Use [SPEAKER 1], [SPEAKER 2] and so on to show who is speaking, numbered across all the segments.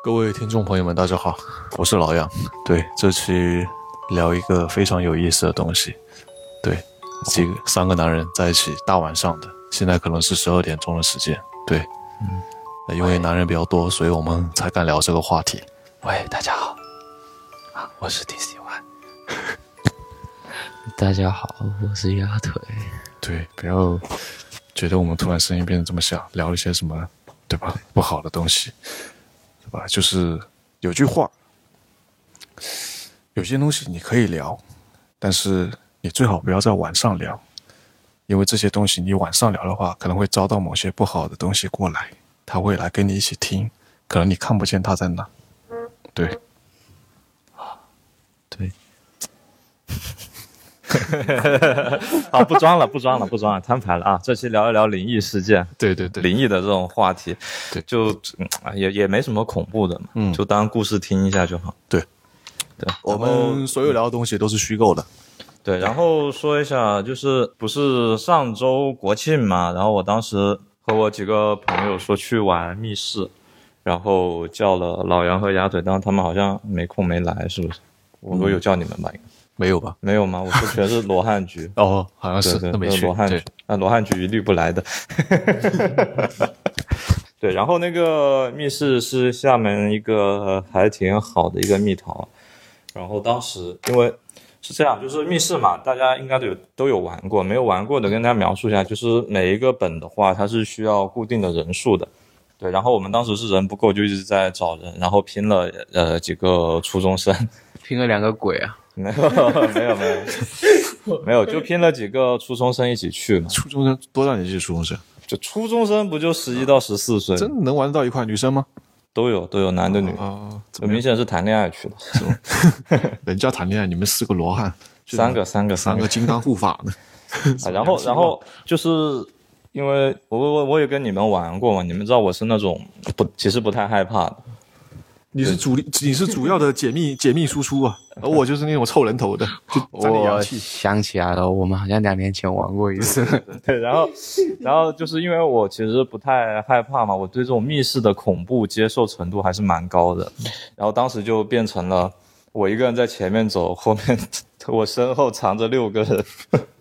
[SPEAKER 1] 各位听众朋友们，大家好，我是老杨。对，这期聊一个非常有意思的东西。对，几个三个男人在一起，大晚上的，现在可能是十二点钟的时间。对，嗯，因为男人比较多，所以我们才敢聊这个话题。
[SPEAKER 2] 喂，大家好，啊，我是 DCY，
[SPEAKER 3] 大家好，我是鸭腿。
[SPEAKER 1] 对，不要觉得我们突然声音变得这么小，聊一些什么，对吧？不好的东西，对吧？就是有句话，有些东西你可以聊，但是你最好不要在晚上聊，因为这些东西你晚上聊的话，可能会遭到某些不好的东西过来，他会来跟你一起听，可能你看不见他在哪。对，
[SPEAKER 3] 对，
[SPEAKER 2] 好，哦不装了，不装了，不装了，摊牌了啊！这期聊一聊灵异事件，
[SPEAKER 1] 对对对，
[SPEAKER 2] 灵异的这种话题，
[SPEAKER 1] 对
[SPEAKER 2] 就嗯啊也也没什么恐怖的嘛，
[SPEAKER 1] 嗯
[SPEAKER 2] 就当故事听一下就好。
[SPEAKER 1] 对，
[SPEAKER 2] 对，
[SPEAKER 1] 我们所有聊的东西都是虚构的。
[SPEAKER 2] 对，然后说一下，就是不是上周国庆嘛，然后我当时和我几个朋友说去玩密室，然后叫了老杨和鸭腿，但是他们好像没空没来，是不是？我
[SPEAKER 1] 嗯
[SPEAKER 2] 我有叫你们吧？应该
[SPEAKER 1] 没有吧？
[SPEAKER 2] 没有吗？我说全是罗汉局。
[SPEAKER 1] 哦，好像是
[SPEAKER 2] 对，对，
[SPEAKER 1] 那没
[SPEAKER 2] 那
[SPEAKER 1] 去
[SPEAKER 2] 罗。汉
[SPEAKER 1] 对
[SPEAKER 2] 局，啊，罗汉局一律不来的。 对，然后那个密室是厦门一个呃还挺好的一个蜜桃，然后当时因为是这样，就是密室嘛，大家应该都有都有玩过，没有玩过的跟大家描述一下，就是每一个本的话，它是需要固定的人数的。对，然后我们当时是人不够，就一直在找人，然后拼了呃几个初中生，
[SPEAKER 3] 拼了两个鬼啊！
[SPEAKER 2] 没有没有没有没有，就拼了几个初中生一起去嘛。
[SPEAKER 1] 初中生多大年纪？初中生
[SPEAKER 2] 就初中生不就十一到十四 岁，
[SPEAKER 1] 真的能玩得到一块女生吗？
[SPEAKER 2] 都有都有男的女的，
[SPEAKER 1] 哦，
[SPEAKER 2] 很明显是谈恋爱去的，
[SPEAKER 1] 人家谈恋爱，你们四个罗汉，
[SPEAKER 2] 三个三个
[SPEAKER 1] 三个金刚护法呢？
[SPEAKER 2] 啊，然后然后就是因为我我我也跟你们玩过嘛，你们知道我是那种不其实不太害怕的，
[SPEAKER 1] 你是主力，你是主要 的解密解密输出啊，而我就是那种凑人 头的，就沾点
[SPEAKER 3] 我
[SPEAKER 1] 阳气。
[SPEAKER 3] 想起来了，我们好像两年前玩过一次。
[SPEAKER 2] 对，然后，然后就是因为我其实不太害怕嘛，我对这种密室的恐怖接受程度还是蛮高的。然后当时就变成了我一个人在前面走，后面 我身后藏着六个人。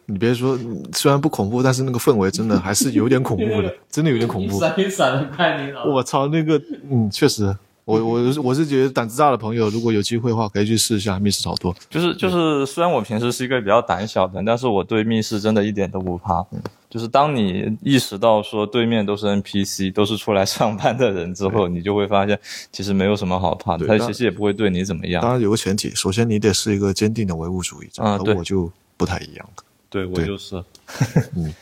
[SPEAKER 1] 你别说，虽然不恐怖，但是那个氛围真的还是有点恐 怖的，真的有点恐怖。
[SPEAKER 4] 闪闪的快你了。
[SPEAKER 1] 我操，那个，嗯，确实，我我是我是觉得胆子大的朋友，如果有机会的话，可以去试一下密室逃脱。
[SPEAKER 2] 就是就是，虽然我平时是一个比较胆小的人，但是我对密室真的一点都不怕。
[SPEAKER 1] 嗯
[SPEAKER 2] 就是当你意识到说对面都是 NPC，都是出来上班的人之后，你就会发现其实没有什么好怕的，
[SPEAKER 1] 对
[SPEAKER 2] 他其实也不会对你怎么样
[SPEAKER 1] 当。然有个前提，首先你得是一个坚定的唯物主义者，
[SPEAKER 2] 啊
[SPEAKER 1] 而
[SPEAKER 2] 对
[SPEAKER 1] 我就不太一样。
[SPEAKER 2] 对我
[SPEAKER 1] 对
[SPEAKER 2] 就是，
[SPEAKER 1] 嗯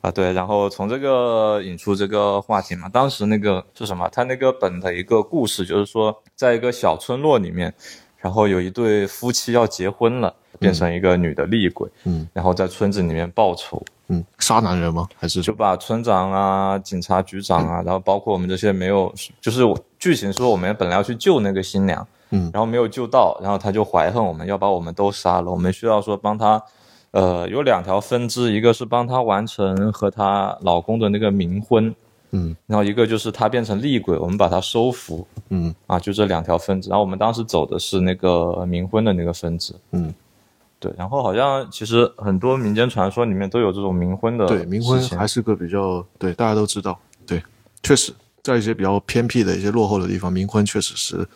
[SPEAKER 2] 啊对，然后从这个引出这个话题嘛，当时那个是什么？他那个本的一个故事就是说，在一个小村落里面，然后有一对夫妻要结婚了，变成一个女的厉鬼，
[SPEAKER 1] 嗯
[SPEAKER 2] 然后在村子里面报仇，
[SPEAKER 1] 嗯，杀男人吗？还是
[SPEAKER 2] 就把村长啊、警察局长啊，然后包括我们这些没有，就是我剧情说我们本来要去救那个新娘，
[SPEAKER 1] 嗯
[SPEAKER 2] 然后没有救到，然后他就怀恨我们，要把我们都杀了。我们需要说帮他，呃，有两条分支，一个是帮他完成和她老公的那个冥婚，
[SPEAKER 1] 嗯
[SPEAKER 2] 然后一个就是她变成厉鬼，我们把她收服
[SPEAKER 1] 嗯
[SPEAKER 2] 啊，就这两条分支。然后我们当时走的是那个冥婚的那个分支，
[SPEAKER 1] 嗯，
[SPEAKER 2] 对。然后好像其实很多民间传说里面都有这种冥婚的
[SPEAKER 1] 对，冥婚
[SPEAKER 2] 事情
[SPEAKER 1] 还是个比较对，大家都知道，对，确实在一些比较偏僻的一些落后的地方，冥婚确实是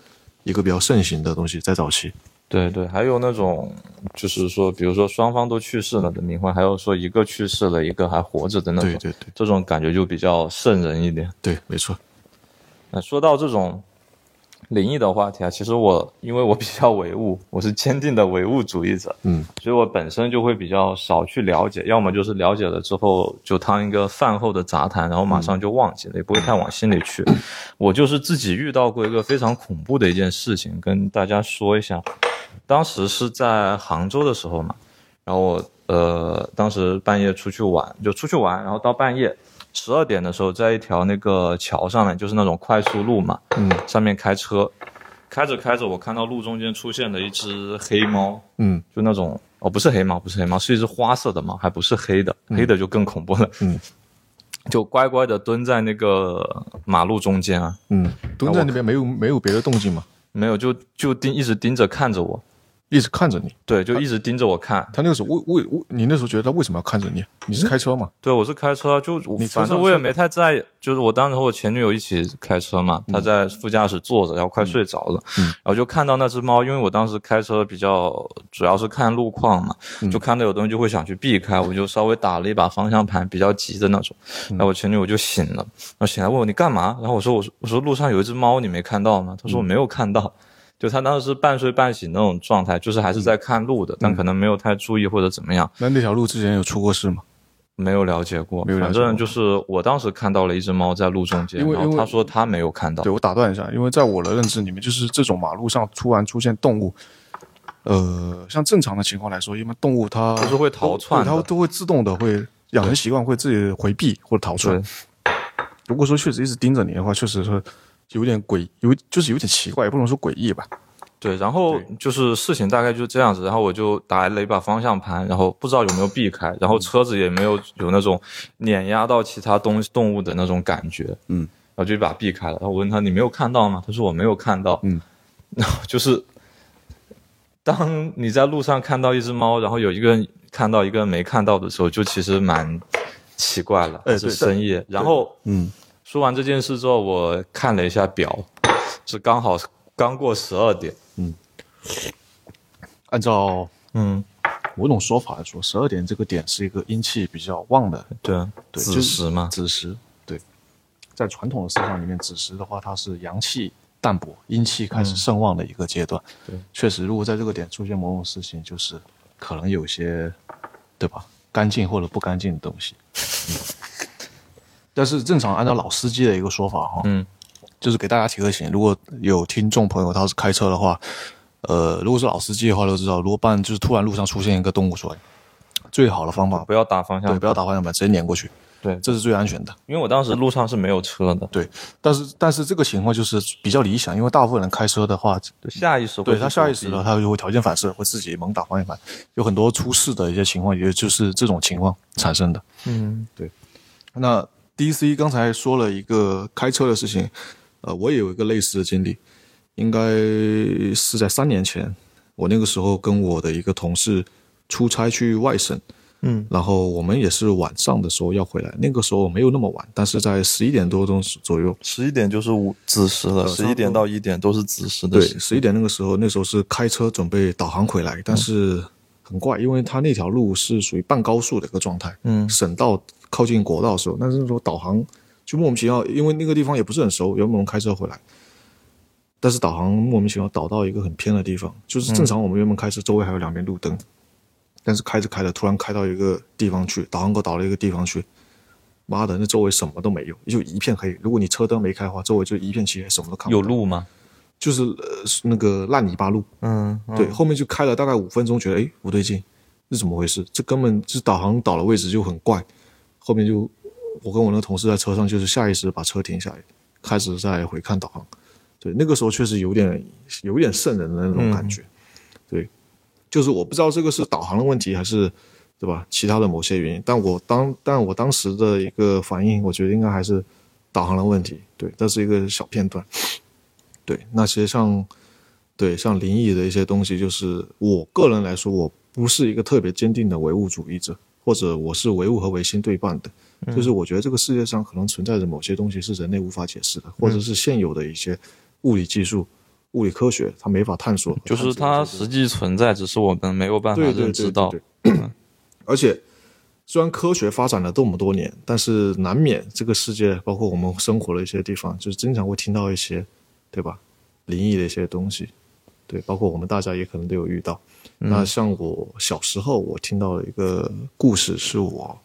[SPEAKER 1] 一个比较盛行的东西，在早期。
[SPEAKER 2] 对对，还有那种就是说，比如说双方都去世了的冥婚，还有说一个去世了，一个还活着的那种，
[SPEAKER 1] 对对对
[SPEAKER 2] 这种感觉就比较瘆人一点。
[SPEAKER 1] 对，没错。
[SPEAKER 2] 那说到这种灵异的话题啊，其实我因为我比较唯物，我是坚定的唯物主义者，
[SPEAKER 1] 嗯，
[SPEAKER 2] 所以我本身就会比较少去了解，要么就是了解了之后就当一个饭后的杂谈，然后马上就忘记了，也不会太往心里去。我就是自己遇到过一个非常恐怖的一件事情，跟大家说一下。当时是在杭州的时候嘛，然后我呃，当时半夜出去玩，就出去玩，然后到半夜十二点的时候，在一条那个桥上面，就是那种快速路嘛，
[SPEAKER 1] 嗯
[SPEAKER 2] 上面开车，开着开着，我看到路中间出现了一只黑猫，
[SPEAKER 1] 嗯
[SPEAKER 2] 就那种哦，不是黑猫，不是黑猫，是一只花色的猫，还不是黑的，黑的就更恐怖了。
[SPEAKER 1] 嗯，
[SPEAKER 2] 就乖乖的蹲在那个马路中间啊，
[SPEAKER 1] 嗯，蹲在那边没有没有别的动静嘛，
[SPEAKER 2] 没有就就盯一直盯着看着我，
[SPEAKER 1] 一直看着你。
[SPEAKER 2] 对，就一直盯着我看。
[SPEAKER 1] 他那个时候为为为，你那时候觉得他为什么要看着你？你是开车嘛？
[SPEAKER 2] 对我是开车，啊就我
[SPEAKER 1] 你车
[SPEAKER 2] 反正
[SPEAKER 1] 上
[SPEAKER 2] 我也
[SPEAKER 1] 是
[SPEAKER 2] 没太在意，就是我当时和我前女友一起开车嘛，她在副驾驶坐着，然后快睡着了，
[SPEAKER 1] 嗯
[SPEAKER 2] 然后就看到那只猫，因为我当时开车比较主要是看路况嘛，
[SPEAKER 1] 嗯
[SPEAKER 2] 就看到有东西就会想去避开，我就稍微打了一把方向盘，比较急的那种，
[SPEAKER 1] 嗯
[SPEAKER 2] 然后我前女友就醒了，然后醒来问我你干嘛，然后我说我说我说路上有一只猫，你没看到吗？她说
[SPEAKER 1] 嗯
[SPEAKER 2] 我没有看到。就她当时是半睡半醒那种状态，就
[SPEAKER 1] 嗯
[SPEAKER 2] 是还是在看路的，但可能没有太注意或者怎么样。
[SPEAKER 1] 那那条路之前有出过事吗？
[SPEAKER 2] 没有了解过，
[SPEAKER 1] 没有了解
[SPEAKER 2] 反
[SPEAKER 1] 过
[SPEAKER 2] 正就是我当时看到了一只猫在路中间，
[SPEAKER 1] 因为
[SPEAKER 2] 然
[SPEAKER 1] 因
[SPEAKER 2] 后
[SPEAKER 1] 为
[SPEAKER 2] 他说他没有看到
[SPEAKER 1] 对，我打断一下，因为在我的认知里面，就是这种马路上突然出现动物，呃，像正常的情况来说，一般动物它
[SPEAKER 2] 就是会逃窜的
[SPEAKER 1] 对它都会自动的会养成习惯，会自己回避或者逃窜
[SPEAKER 2] 对。
[SPEAKER 1] 如果说确实一直盯着你的话，确实是有点诡，有就是有点奇怪，也不能说诡异吧。
[SPEAKER 2] 对，然后
[SPEAKER 1] 对
[SPEAKER 2] 就是事情大概就是这样子，然后我就打了一把方向盘，然后不知道有没有避开，然后车子也没有有那种碾压到其他东动物的那种感觉，
[SPEAKER 1] 嗯，
[SPEAKER 2] 然后就一把避开了。然后我问他你没有看到吗？他说我没有看到，
[SPEAKER 1] 嗯，
[SPEAKER 2] 然后就是当你在路上看到一只猫，然后有一个人看到一个人没看到的时候，就其实蛮奇怪了，
[SPEAKER 1] 哎
[SPEAKER 2] 还是
[SPEAKER 1] 对
[SPEAKER 2] 深夜，然后
[SPEAKER 1] 嗯，
[SPEAKER 2] 说完这件事之后，我看了一下表，是刚好刚过十二点。
[SPEAKER 1] 按照
[SPEAKER 2] 嗯，
[SPEAKER 1] 某种说法来说，十二点这个点是一个阴气比较旺的
[SPEAKER 2] 对啊，
[SPEAKER 1] 对
[SPEAKER 2] 子
[SPEAKER 1] 就
[SPEAKER 2] 时嘛，
[SPEAKER 1] 子时，对，在传统的思想里面，子时的话，它是阳气淡薄、阴气开始盛旺的一个阶段。
[SPEAKER 2] 嗯对
[SPEAKER 1] 确实，如果在这个点出现某种事情，就是可能有些，对吧？干净或者不干净的东西。嗯但是正常按照老司机的一个说法哈，
[SPEAKER 2] 嗯，
[SPEAKER 1] 就是给大家提个醒，如果有听众朋友他是开车的话，呃，如果是老司机的话都知道，如果办就是突然路上出现一个动物出来，最好的方法
[SPEAKER 2] 不要打方向
[SPEAKER 1] 对，不要打方向盘，直接碾过去，
[SPEAKER 2] 对，
[SPEAKER 1] 这是最安全的。
[SPEAKER 2] 因为我当时路上是没有车的，
[SPEAKER 1] 对，但是但是这个情况就是比较理想，因为大部分人开车的话，
[SPEAKER 2] 就下意识会
[SPEAKER 1] 对
[SPEAKER 2] 去
[SPEAKER 1] 他下意识
[SPEAKER 2] 躲
[SPEAKER 1] 的
[SPEAKER 2] 避
[SPEAKER 1] 他就会条件反射，会自己猛打方向盘，有很多出事的一些情况，也就是这种情况产生的。
[SPEAKER 2] 嗯，
[SPEAKER 1] 那 DC 刚才说了一个开车的事情，呃，我也有一个类似的经历，应该是在三年前，我那个时候跟我的一个同事出差去外省，
[SPEAKER 2] 嗯，
[SPEAKER 1] 然后我们也是晚上的时候要回来，那个时候没有那么晚，但是在十一点多钟左右，
[SPEAKER 2] 十一点就是午子时了，
[SPEAKER 1] 差
[SPEAKER 2] 十
[SPEAKER 1] 不多
[SPEAKER 2] 一点到一点都是子时的
[SPEAKER 1] 对
[SPEAKER 2] 时，嗯
[SPEAKER 1] 十一点那个时候，那时候是开车准备导航回来，但是很怪，因为它那条路是属于半高速的一个状态，
[SPEAKER 2] 嗯
[SPEAKER 1] 省道靠近国道的时候，但是那时候导航就莫名其妙，因为那个地方也不是很熟，原本我们开车回来，但是导航莫名其妙导到一个很偏的地方，就是
[SPEAKER 2] 嗯
[SPEAKER 1] 正常我们原本开车周围还有两边路灯，但是开着开着突然开到一个地方去，导航给我导到一个地方去。妈的，那周围什么都没有，就一片黑。如果你车灯没开的话，周围就一片漆黑，什么都看不到。
[SPEAKER 2] 有路吗？
[SPEAKER 1] 就是呃是那个烂泥巴路，
[SPEAKER 2] 嗯，
[SPEAKER 1] 对，后面就开了大概五分钟，觉得哎不对劲，这怎么回事？这根本是导航导的位置就很怪，后面就我跟我那个同事在车上就是下意识地把车停下来，开始在回看导航，对，那个时候确实有点有点瘆人的那种感觉，对，就是我不知道这个是导航的问题还是对吧其他的某些原因，但我当但我当时的一个反应，我觉得应该还是导航的问题，对，这是一个小片段，对，那其实像。对，像灵异的一些东西，就是我个人来说，我不是一个特别坚定的唯物主义者，或者我是唯物和唯心对半的。
[SPEAKER 2] 嗯
[SPEAKER 1] 就是我觉得这个世界上可能存在着某些东西是人类无法解释的，或者是现有的一些物理技术、物理科学它没法探索。
[SPEAKER 2] 就是它实际存在，只是我们没有办法
[SPEAKER 1] 对对
[SPEAKER 2] 认
[SPEAKER 1] 对
[SPEAKER 2] 知到嗯
[SPEAKER 1] 对。 而且虽然科学发展了这么多年，但是难免这个世界，包括我们生活的一些地方，就是经常会听到一些，对吧？灵异的一些东西，对，包括我们大家也可能都有遇到。
[SPEAKER 2] 嗯
[SPEAKER 1] 那像我小时候，我听到了一个故事，是我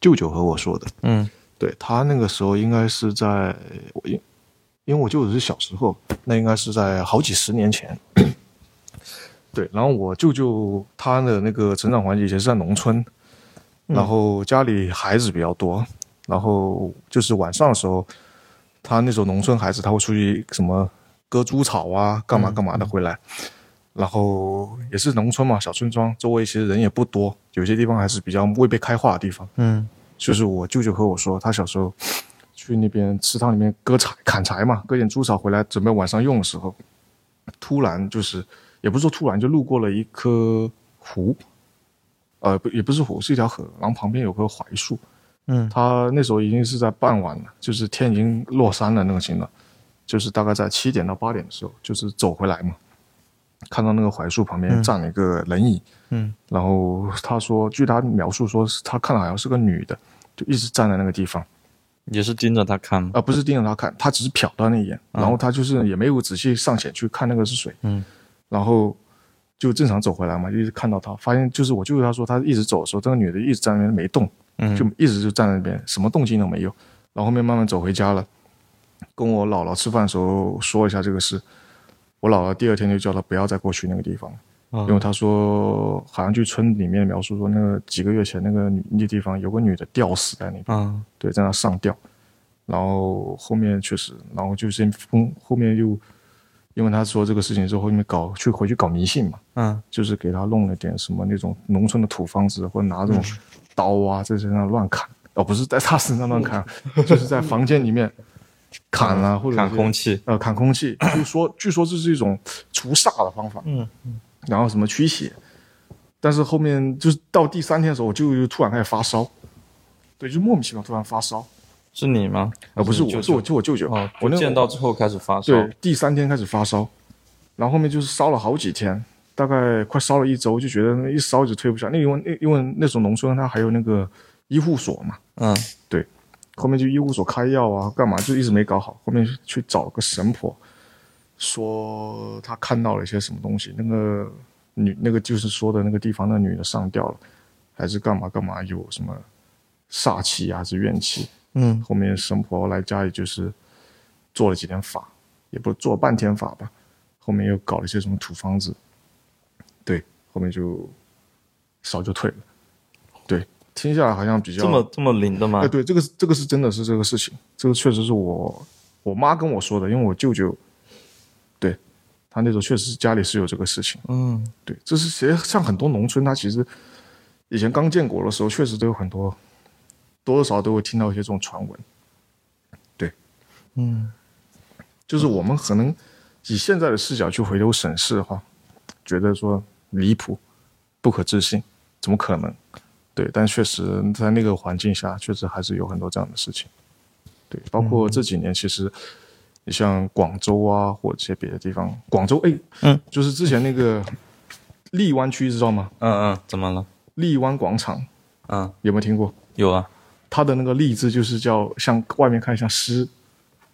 [SPEAKER 1] 舅舅和我说的。
[SPEAKER 2] 嗯
[SPEAKER 1] 对他那个时候应该是在我因因为我舅舅是小时候，那应该是在好几十年前。对，然后我舅舅他的那个成长环境以前是在农村，然后家里孩子比较多，然后就是晚上的时候，他那时候农村孩子他会出去什么割猪草啊，干嘛干嘛的回来，然后也是农村嘛，小村庄，周围其实人也不多，有些地方还是比较未被开化的地方。
[SPEAKER 2] 嗯
[SPEAKER 1] 就是我舅舅和我说，他小时候去那边池塘里面割柴、砍柴嘛，割点猪草回来准备晚上用的时候，突然就是也不是说突然就路过了一棵湖，呃，不也不是湖，是一条河，然后旁边有棵槐树，
[SPEAKER 4] 嗯
[SPEAKER 1] 他那时候已经是在傍晚了，就是天已经落山了那个情况，就是大概在七点到八点的时候，就是走回来嘛，看到那个槐树旁边站了一个人影，
[SPEAKER 4] 嗯
[SPEAKER 1] 然后他说，据他描述说，是他看了好像是个女的，就一直站在那个地方，
[SPEAKER 2] 也是盯着他看吗？
[SPEAKER 1] 而不是盯着他看，他只是瞟到那一眼，然后他就是也没有仔细上前去看那个是谁，
[SPEAKER 4] 嗯，
[SPEAKER 1] 然后就正常走回来嘛，一直看到他，发现就是我舅舅他说他一直走的时候，那个女的一直在那边没动，
[SPEAKER 4] 嗯，
[SPEAKER 1] 就一直就站在那边，什么动静都没有。然后后面慢慢走回家了，跟我姥姥吃饭的时候说一下这个事。我姥姥第二天就叫她不要再过去那个地方了，
[SPEAKER 4] 嗯
[SPEAKER 1] 因为她说好像据村里面描述说，那个几个月前那个女那地方有个女的吊死在那边，
[SPEAKER 4] 啊
[SPEAKER 1] 对，在那上吊。然后后面确实，然后就先封，后面又因为他说这个事情之后，后面搞去回去搞迷信嘛，
[SPEAKER 4] 嗯
[SPEAKER 1] 就是给他弄了点什么那种农村的土方子，或者拿这种刀啊在身上乱砍，哦，不是在他身上乱砍，啊就是在房间里面砍啊，或者
[SPEAKER 2] 看
[SPEAKER 1] 是
[SPEAKER 2] 空气，
[SPEAKER 1] 呃砍空气，就说 据说这是一种除煞的方法，
[SPEAKER 4] 嗯，
[SPEAKER 1] 然后什么驱邪，但是后面就是到第三天的时候，我舅舅就突然开始发烧，对，就莫名其妙突然发烧，
[SPEAKER 2] 是你吗？
[SPEAKER 1] 啊，不是
[SPEAKER 2] 你
[SPEAKER 1] 我，是
[SPEAKER 2] 舅
[SPEAKER 1] 我，
[SPEAKER 2] 舅
[SPEAKER 1] 是我舅舅，
[SPEAKER 2] 哦，
[SPEAKER 1] 我那
[SPEAKER 2] 见到之后开始发烧，
[SPEAKER 1] 对，第三天开始发烧，然后后面就是烧了好几天，大概快烧了一周，就觉得那一烧就退不下。那因为那因为那时候农村它还有那个医护所嘛，
[SPEAKER 4] 嗯
[SPEAKER 1] 后面就医务所开药啊，干嘛就一直没搞好。后面去找个神婆，说她看到了一些什么东西，那个女那个就是说的那个地方那女的上吊了，还是干嘛干嘛有什么煞气啊，还是怨气。
[SPEAKER 4] 嗯
[SPEAKER 1] 后面神婆来家里就是做了几天法，也不做了半天法吧，后面又搞了一些什么土方子，对，后面就烧就退了，对，听下来好像比较
[SPEAKER 2] 这么这么灵的吗
[SPEAKER 1] 哎，？对，这个是这个是真的是这个事情，这个确实是我我妈跟我说的，因为我舅舅，对他那时候确实是家里是有这个事情，
[SPEAKER 4] 嗯
[SPEAKER 1] 对，这是其实像很多农村，它其实以前刚建国的时候，确实都有很多多多少少都会听到一些这种传闻。
[SPEAKER 4] 嗯
[SPEAKER 1] 就是我们可能以现在的视角去回头审视的话，觉得说离谱、不可置信，怎么可能？对，但确实在那个环境下，确实还是有很多这样的事情。对，包括
[SPEAKER 4] 嗯
[SPEAKER 1] 这几年，其实你像广州啊，或者一些别的地方，广州哎，
[SPEAKER 4] 嗯，
[SPEAKER 1] 就是之前那个荔湾区，知道吗？
[SPEAKER 2] 嗯嗯，怎么了？
[SPEAKER 1] 荔湾广场
[SPEAKER 2] 嗯，
[SPEAKER 1] 有没有听过？
[SPEAKER 2] 有啊，
[SPEAKER 1] 它的那个荔字就是叫像外面看像尸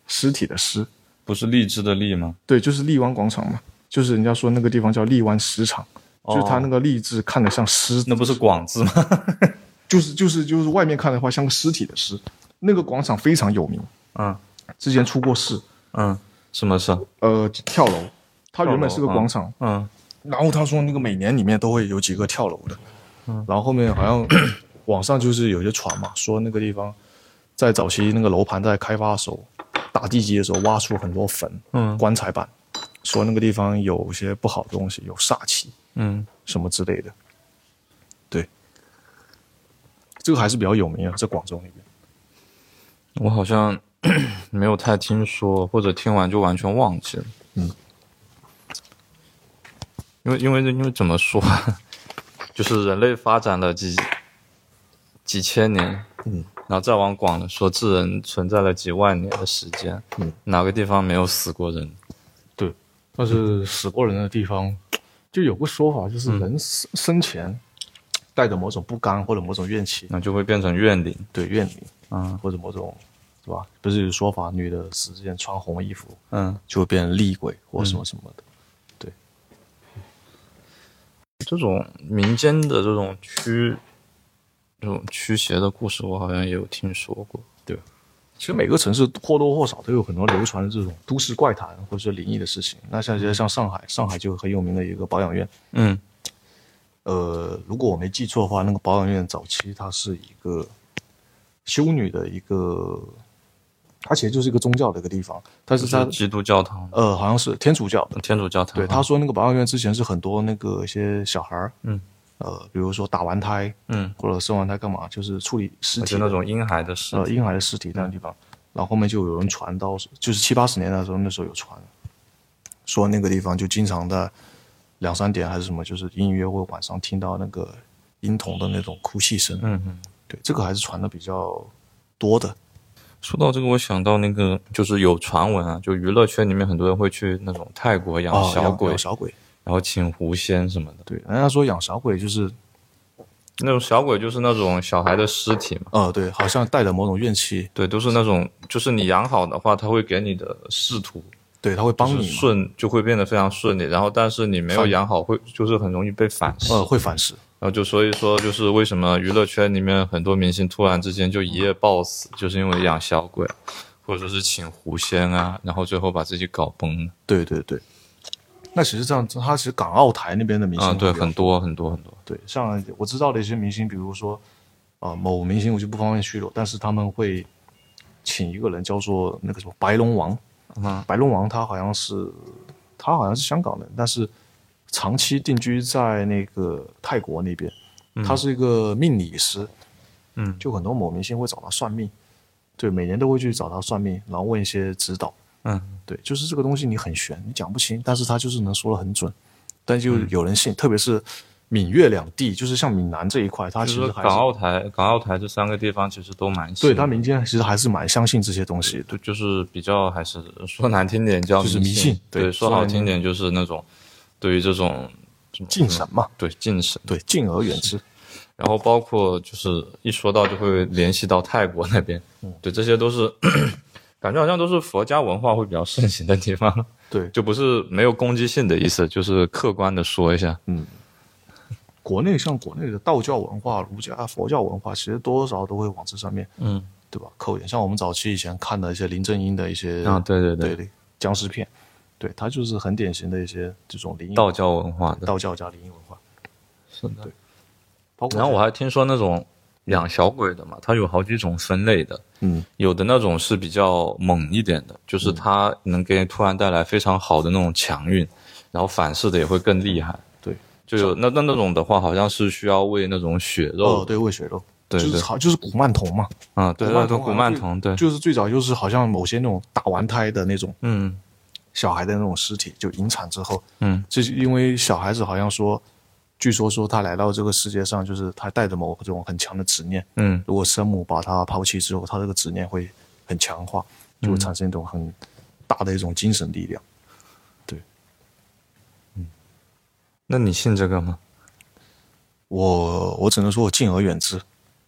[SPEAKER 1] 尸体的尸，
[SPEAKER 2] 不是荔枝的荔吗？
[SPEAKER 1] 对，就是荔湾广场嘛，就是人家说那个地方叫荔湾市场，就是它那个荔枝看着像尸，
[SPEAKER 2] 哦那不是广字吗？
[SPEAKER 1] 就是就是就是外面看的话像个尸体的尸。那个广场非常有名，
[SPEAKER 2] 嗯
[SPEAKER 1] 之前出过事，
[SPEAKER 2] 嗯， 什么事？
[SPEAKER 1] 呃，跳楼，它原本是个广场，
[SPEAKER 2] 嗯
[SPEAKER 1] 然后他说那个每年里面都会有几个跳楼的，然后后面好像网上就是有些传嘛，说那个地方在早期那个楼盘在开发的时候，打地基的时候挖出很多坟，
[SPEAKER 4] 嗯
[SPEAKER 1] 棺材板，说那个地方有些不好的东西，有煞气
[SPEAKER 4] 嗯
[SPEAKER 1] 什么之类的，对，这个还是比较有名啊，在广州那边。
[SPEAKER 2] 我好像 没有太听说，或者听完就完全忘记了。
[SPEAKER 1] 嗯，
[SPEAKER 2] 因为因为因为怎么说， 啊，就是人类发展了几几千年，
[SPEAKER 1] 嗯，
[SPEAKER 2] 然后再往广了说，智人存在了几万年的时间，
[SPEAKER 1] 嗯，
[SPEAKER 2] 哪个地方没有死过人？
[SPEAKER 1] 但 是死过人的地方，就有个说法，
[SPEAKER 2] 嗯
[SPEAKER 1] 就是人生生前带着某种不甘或者某种怨气，
[SPEAKER 2] 那就会变成怨灵。
[SPEAKER 1] 对怨灵，
[SPEAKER 2] 嗯
[SPEAKER 1] 或者某种，是吧？不是有说法，女的死之前穿红衣服
[SPEAKER 2] 嗯，
[SPEAKER 1] 就会变成厉鬼或什么什么的。
[SPEAKER 2] 这种民间的这种驱这种驱邪的故事，我好像也有听说过。
[SPEAKER 1] 其实每个城市或多或少都有很多流传的这种都市怪谈或者说灵异的事情。那像其实像上海，上海就很有名的一个保养院。
[SPEAKER 2] 嗯
[SPEAKER 1] 呃，如果我没记错的话，那个保养院早期它是一个修女的一个，它其实就是一个宗教的一个地方，但是它
[SPEAKER 2] 是啊基督教堂、
[SPEAKER 1] 呃好像是天主教的。
[SPEAKER 2] 天主教堂。
[SPEAKER 1] 对，他说那个保养院之前是很多那个一些小孩儿，
[SPEAKER 2] 嗯，
[SPEAKER 1] 呃，比如说打完胎，
[SPEAKER 2] 嗯，
[SPEAKER 1] 或者生完胎干嘛，就是处理尸体
[SPEAKER 2] 就那种婴孩的事
[SPEAKER 1] 呃婴孩的尸体那个地方，然后后面就有人传到，就是七八十年代的时候，那时候有传，说那个地方就经常在两三点还是什么，就是隐隐约约晚上听到那个婴童的那种哭泣声，
[SPEAKER 2] 嗯嗯。
[SPEAKER 1] 对，这个还是传的比较多的，
[SPEAKER 2] 说到这个，我想到那个啊就是有传闻啊，就娱乐圈里面很多人会去那种泰国养
[SPEAKER 1] 哦，
[SPEAKER 2] 小
[SPEAKER 1] 养
[SPEAKER 2] 鬼，
[SPEAKER 1] 养小鬼，
[SPEAKER 2] 然后请狐仙什么的。
[SPEAKER 1] 对，人家说养小鬼就是，
[SPEAKER 2] 那种小鬼就是那种小孩的尸体嘛，
[SPEAKER 1] 呃，对，好像带着某种怨气，
[SPEAKER 2] 对，都是那种就是你养好的话，他会给你的仕途
[SPEAKER 1] 对，他会帮
[SPEAKER 2] 就是
[SPEAKER 1] 你嘛，
[SPEAKER 2] 顺就会变得非常顺利，然后但是你没有养好会就是很容易被反噬，
[SPEAKER 1] 呃，会反噬，
[SPEAKER 2] 然后就所以说就是为什么娱乐圈里面很多明星突然之间就一夜暴死，就是因为养小鬼，或者说是请狐仙啊，然后最后把自己搞崩了。
[SPEAKER 1] 对对对。那其实这样，他其实港澳台那边的明星
[SPEAKER 2] 嗯，对，
[SPEAKER 1] 会比较
[SPEAKER 2] 很多很多很多。
[SPEAKER 1] 对，像我知道的一些明星，比如说，呃，某明星我就不方便虚lộ，但是他们会请一个人叫做那个什么白龙王，
[SPEAKER 2] 嗯
[SPEAKER 1] 白龙王他好像是他好像是香港人，但是长期定居在那个泰国那边，他是一个命理师，
[SPEAKER 2] 嗯
[SPEAKER 1] 就很多某明星会找他算命，对，每年都会去找他算命，然后问一些指导，
[SPEAKER 2] 嗯，
[SPEAKER 1] 对，就是这个东西你很悬，你讲不清，但是他就是能说的很准，但就
[SPEAKER 2] 嗯
[SPEAKER 1] 有人信，特别是闽粤两地，就是像闽南这一块，他
[SPEAKER 2] 就
[SPEAKER 1] 其实
[SPEAKER 2] 是说
[SPEAKER 1] 还
[SPEAKER 2] 港
[SPEAKER 1] 是
[SPEAKER 2] 澳台港澳台这三个地方其实都蛮
[SPEAKER 1] 对
[SPEAKER 2] 信
[SPEAKER 1] 他
[SPEAKER 2] 的
[SPEAKER 1] 民间其实还是蛮相信这些东西的。
[SPEAKER 2] 对，就是比较还是说难听点叫
[SPEAKER 1] 就是
[SPEAKER 2] 迷
[SPEAKER 1] 迷信对
[SPEAKER 2] 对，说
[SPEAKER 1] 说
[SPEAKER 2] 好
[SPEAKER 1] 难听
[SPEAKER 2] 听点就是那种对于这种
[SPEAKER 1] 敬神嘛，
[SPEAKER 2] 对敬神，
[SPEAKER 1] 对，敬而远之。
[SPEAKER 2] 然后包括就是一说到就会联系到泰国那边，对，这些都是感觉好像都是佛家文化会比较盛行的地方，
[SPEAKER 1] 对，
[SPEAKER 2] 就不是没有攻击性的意思，就是客观的说一下，
[SPEAKER 1] 国内像国内的道教文化、儒家、佛教文化，其实多多少少都会往这上面，
[SPEAKER 2] 嗯，
[SPEAKER 1] 对吧？扣一点。像我们早期以前看的一些林正英的一些
[SPEAKER 2] 啊，对对
[SPEAKER 1] 对
[SPEAKER 2] 对，
[SPEAKER 1] 对僵尸片，对他就是很典型的一些这种灵异
[SPEAKER 2] 道教文化的，
[SPEAKER 1] 道教加灵异文化。
[SPEAKER 2] 是的。
[SPEAKER 1] 包括
[SPEAKER 2] 然后我还听说那种养小鬼的嘛，它有好几种分类的，
[SPEAKER 1] 嗯，
[SPEAKER 2] 有的那种是比较猛一点的，就是它能给你突然带来非常好的那种强运，然后反噬的也会更厉害。
[SPEAKER 1] 对，
[SPEAKER 2] 就有那那那种的话，好像是需要喂那种血
[SPEAKER 1] 哦
[SPEAKER 2] 肉，，
[SPEAKER 1] 对，喂血肉，
[SPEAKER 2] 嗯对
[SPEAKER 1] 就是
[SPEAKER 2] 对，
[SPEAKER 1] 好就是古曼童嘛，
[SPEAKER 2] 啊，对
[SPEAKER 1] 古曼
[SPEAKER 2] 对
[SPEAKER 1] 童
[SPEAKER 2] 对，
[SPEAKER 1] 好
[SPEAKER 2] 古
[SPEAKER 1] 像
[SPEAKER 2] 曼
[SPEAKER 1] 就
[SPEAKER 2] 童，对，
[SPEAKER 1] 就是最早就是好像某些那种打完胎的那种
[SPEAKER 2] 嗯
[SPEAKER 1] 小孩的那种尸体，就引产之后，
[SPEAKER 2] 嗯，
[SPEAKER 1] 这是因为小孩子好像说，据说说他来到这个世界上，就是他带着某种很强的执念，
[SPEAKER 2] 嗯
[SPEAKER 1] 如果生母把他抛弃之后，他这个执念会很强化，就会产生一种很大的一种精神力量。
[SPEAKER 2] 那你信这个吗？
[SPEAKER 1] 我我只能说我敬而远之，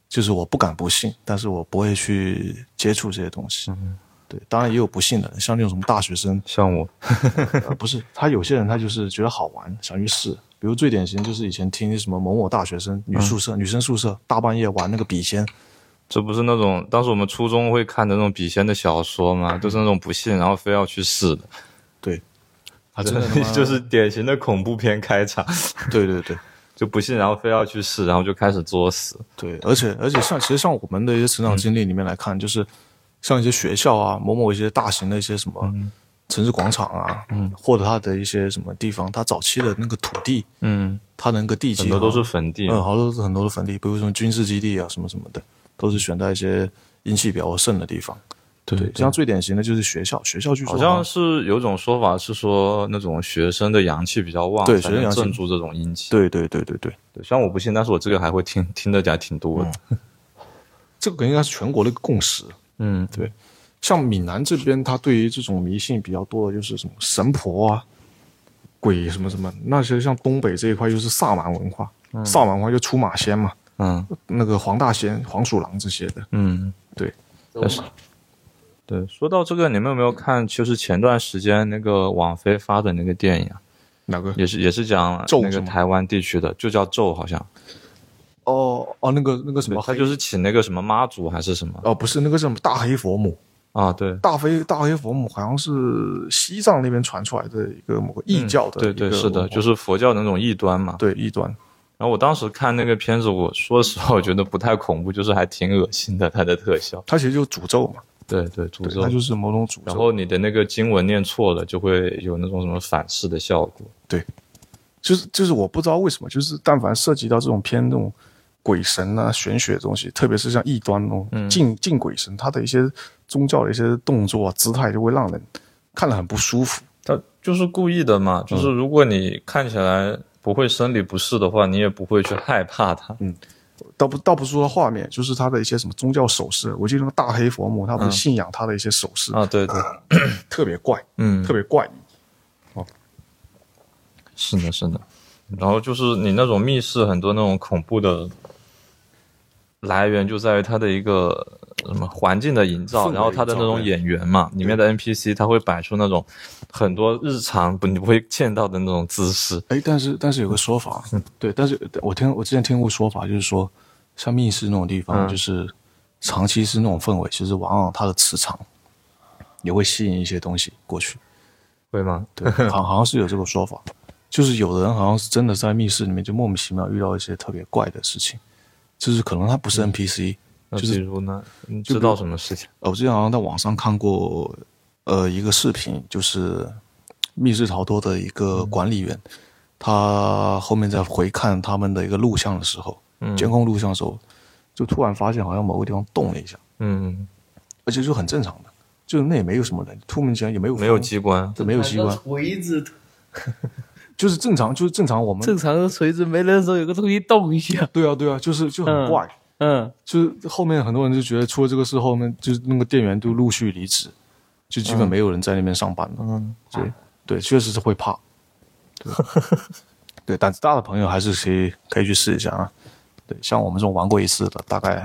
[SPEAKER 1] 就是我不敢不信，但是我不会去接触这些东西。对，当然也有不信的人，像那种什么大学生，
[SPEAKER 2] 像我，
[SPEAKER 1] 呃，不是，他有些人他就是觉得好玩，想去试。比如最典型就是以前听什么某某大学生女宿舍、女生宿舍大半夜玩那个笔仙，
[SPEAKER 2] 这不是那种当时我们初中会看的那种笔仙的小说吗？都是那种不信，然后非要去试的，
[SPEAKER 1] 对，他啊
[SPEAKER 2] 啊
[SPEAKER 1] 真的他 妈
[SPEAKER 2] 就是典型的恐怖片开场。
[SPEAKER 1] 对对对
[SPEAKER 2] 就不信，然后非要去试，然后就开始作死。
[SPEAKER 1] 对，而且而且像其实像我们的一些成长经历里面来看，就是像一些学校啊，某某一些大型的一些什么
[SPEAKER 2] 嗯
[SPEAKER 1] 城市广场啊，嗯，或者它的一些什么地方，它早期的那个土地，
[SPEAKER 2] 嗯，
[SPEAKER 1] 它的那个地基
[SPEAKER 2] 很多
[SPEAKER 1] 好
[SPEAKER 2] 都
[SPEAKER 1] 像
[SPEAKER 2] 是坟地。啊
[SPEAKER 1] 嗯，好多是很多的坟地，比如说军事基地啊什么什么的，都是选在一些阴气比较盛的地方。
[SPEAKER 2] 对
[SPEAKER 1] 对，像最典型的就是学校，学校据说
[SPEAKER 2] 好像是有种说法是说，那种学生的阳气比较旺，
[SPEAKER 1] 对
[SPEAKER 2] 才
[SPEAKER 1] 学生
[SPEAKER 2] 能
[SPEAKER 1] 阳气
[SPEAKER 2] 镇住这种阴气。
[SPEAKER 1] 对对对对对，
[SPEAKER 2] 对，虽然我不信，但是我这个还会听听得还挺多的。
[SPEAKER 1] 这个应该是全国的一个共识。
[SPEAKER 2] 嗯，
[SPEAKER 1] 对，像闽南这边，他对于这种迷信比较多的就是什么神婆啊、鬼什么什么，那其实像东北这一块就是萨满文化，萨满文化就出马仙嘛，
[SPEAKER 2] 嗯
[SPEAKER 1] 那个黄大仙、黄鼠狼这些的。
[SPEAKER 2] 嗯，
[SPEAKER 1] 对，
[SPEAKER 2] 但是。对，说到这个，你们有没有看？就是前段时间那个网飞发的那个电影啊，
[SPEAKER 1] 哪个？
[SPEAKER 2] 也是也是讲
[SPEAKER 1] 咒
[SPEAKER 2] 那
[SPEAKER 1] 是
[SPEAKER 2] 个
[SPEAKER 1] 吗
[SPEAKER 2] 台湾地区的，就叫咒，好像。
[SPEAKER 1] 哦哦，那个那个什
[SPEAKER 2] 对
[SPEAKER 1] 么，，
[SPEAKER 2] 他就是请那个什么妈祖还是什么
[SPEAKER 1] 哦不是那个是什么大黑佛母。
[SPEAKER 2] 啊？对，
[SPEAKER 1] 大黑大黑佛母好像是西藏那边传出来的一个某个异教的、
[SPEAKER 2] 嗯对对是的，就是佛教的那种异端嘛。
[SPEAKER 1] 对异端。
[SPEAKER 2] 然后我当时看那个片子，我说实话，我觉得不太恐怖，就是还挺恶心的，它的特效。
[SPEAKER 1] 它其实就是诅咒嘛，
[SPEAKER 2] 对对，诅
[SPEAKER 1] 对，
[SPEAKER 2] 咒
[SPEAKER 1] 它。就是某种诅咒。
[SPEAKER 2] 然后你的那个经文念错了，就会有那种什么反噬的效果。
[SPEAKER 1] 对，
[SPEAKER 4] 就是就是我不知道为什么，就是但凡涉及到这种偏那种鬼神啊、玄学的东西，特别是像异端那种敬敬鬼神，他的一些宗教的一些动作啊、姿态，就会让人看了很不舒服。
[SPEAKER 2] 他就是故意的嘛，就是如果你看起来不会生理不适的话，你也不会去害怕它。
[SPEAKER 4] 倒不倒不是说画面，就是他的一些什么宗教手势。我记得那个大黑佛母，他不是信仰他的一些手势，
[SPEAKER 2] 啊，对对，
[SPEAKER 4] 特别怪，
[SPEAKER 2] 嗯
[SPEAKER 4] 特，别怪异。
[SPEAKER 2] 是的，是的。然后就是你那种密室，很多那种恐怖的来源就在于它的一个什么环境的营
[SPEAKER 4] 氛
[SPEAKER 2] 造，
[SPEAKER 4] 围
[SPEAKER 2] 然后它的那种演员嘛，里面的 NPC 他会摆出那种很多日常不你不会见到的那种姿势。
[SPEAKER 1] 哎，但是但是有个说法，对，但是我听我之前听过说法，就是说像密室那种地方，
[SPEAKER 2] 嗯
[SPEAKER 1] 就是长期是那种氛围，其实往往它的磁场也会吸引一些东西过去。
[SPEAKER 2] 会吗？
[SPEAKER 1] 对，好好像是有这个说法，就是有的人好像是真的在密室里面就莫名其妙遇到一些特别怪的事情，就是可能他不是 NPC，、
[SPEAKER 2] 那
[SPEAKER 1] 就是
[SPEAKER 2] 比如呢？你知道什么事情？
[SPEAKER 1] 呃，我之前好像在网上看过，呃，一个视频，就是密室逃脱的一
[SPEAKER 2] 嗯
[SPEAKER 1] 个管理员，他后面在回看他们的一个录像的时候，
[SPEAKER 2] 嗯
[SPEAKER 1] 监控录像的时候，就突然发现好像某个地方动了一下，
[SPEAKER 2] 嗯，
[SPEAKER 1] 而且就很正常的，就是那也没有什么人，突然间也没有
[SPEAKER 2] 没有
[SPEAKER 1] 风
[SPEAKER 2] 机关。
[SPEAKER 1] 对没有机关，
[SPEAKER 3] 锤子，
[SPEAKER 1] 就是正常，就是正常我们
[SPEAKER 3] 正常的锤子没人的时候有个东西动一下，
[SPEAKER 1] 对啊对啊，就是就很怪，
[SPEAKER 3] 嗯，
[SPEAKER 1] 就是后面很多人就觉得出了这个事后面，就是那个店员都陆续离职，就基本没有人在那边上班了。嗯，对对，确实是会怕。 对，对，胆子大的朋友还是可以可以去试一下啊。对，像我们这种玩过一次的，大 概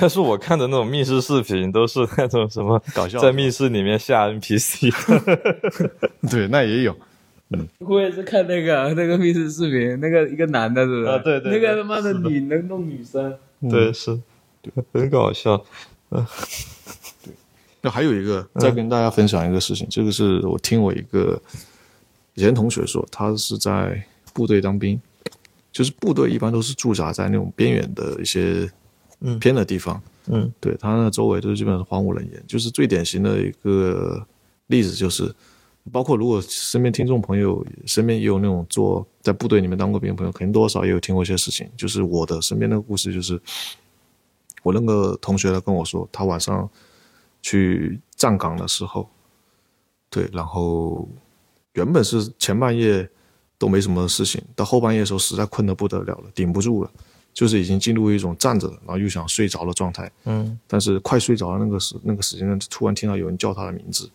[SPEAKER 2] 但是我看的那种密室视频，都是那种什么
[SPEAKER 1] 搞笑
[SPEAKER 2] 在密室里面下 NPC
[SPEAKER 4] 对，那也有。
[SPEAKER 3] 我也是看那个那个密室视频，那个一个男的，是不是？
[SPEAKER 2] 啊对对对
[SPEAKER 3] 那个他妈的你能弄女生，
[SPEAKER 2] 对，是，很搞笑。
[SPEAKER 1] 那还有一个，再跟大家分享一个事情，这个是我听我一个以前同学说，他是在部队当兵，就是部队一般都是驻扎在那种边远的一些偏的地方，
[SPEAKER 2] 嗯，
[SPEAKER 1] 对，他那周围都是基本上是荒无人烟，就是最典型的一个例子就是，包括如果身边听众朋友身边也有那种做在部队里面当过兵的朋友，肯定多多少少也有听过一些事情，就是我的身边那个故事就是，我那个同学他跟我说，他晚上。去站岗的时候，对，然后原本是前半夜都没什么事情，到后半夜的时候实在困得不得了了，顶不住了，就是已经进入一种站着然后又想睡着的状态，
[SPEAKER 2] 嗯，
[SPEAKER 1] 但是快睡着的那个时那个时间段，突然听到有人叫他的名字。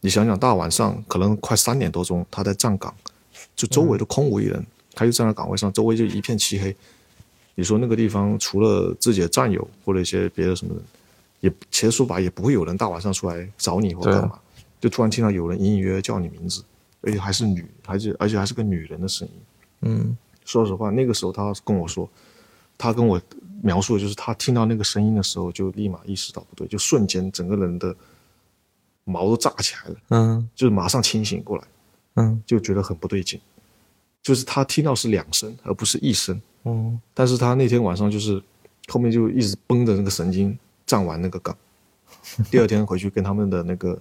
[SPEAKER 1] 你想想，大晚上可能快三点多钟，他在站岗，就周围都空无一人，他就站在岗位上，周围就一片漆黑。你说那个地方除了自己的战友或者一些别的什么人，也其实说白了也不会有人大晚上出来找你或
[SPEAKER 2] 对啊
[SPEAKER 1] 干嘛，就突然听到有人隐隐约约叫你名字，而且还是女，还是而且还是个女人的声音。
[SPEAKER 2] 嗯，
[SPEAKER 1] 说实话，那个时候他跟我说，他跟我描述的就是他听到那个声音的时候，就立马意识到不对，就瞬间整个人的毛都炸起来了，
[SPEAKER 2] 嗯
[SPEAKER 1] 就是马上清醒过来，
[SPEAKER 2] 嗯
[SPEAKER 1] 就觉得很不对劲。就是他听到是两声，而不是一声，
[SPEAKER 2] 嗯
[SPEAKER 1] 但是他那天晚上就是后面就一直绷着那个神经站完那个岗，第二天回去跟他们的那个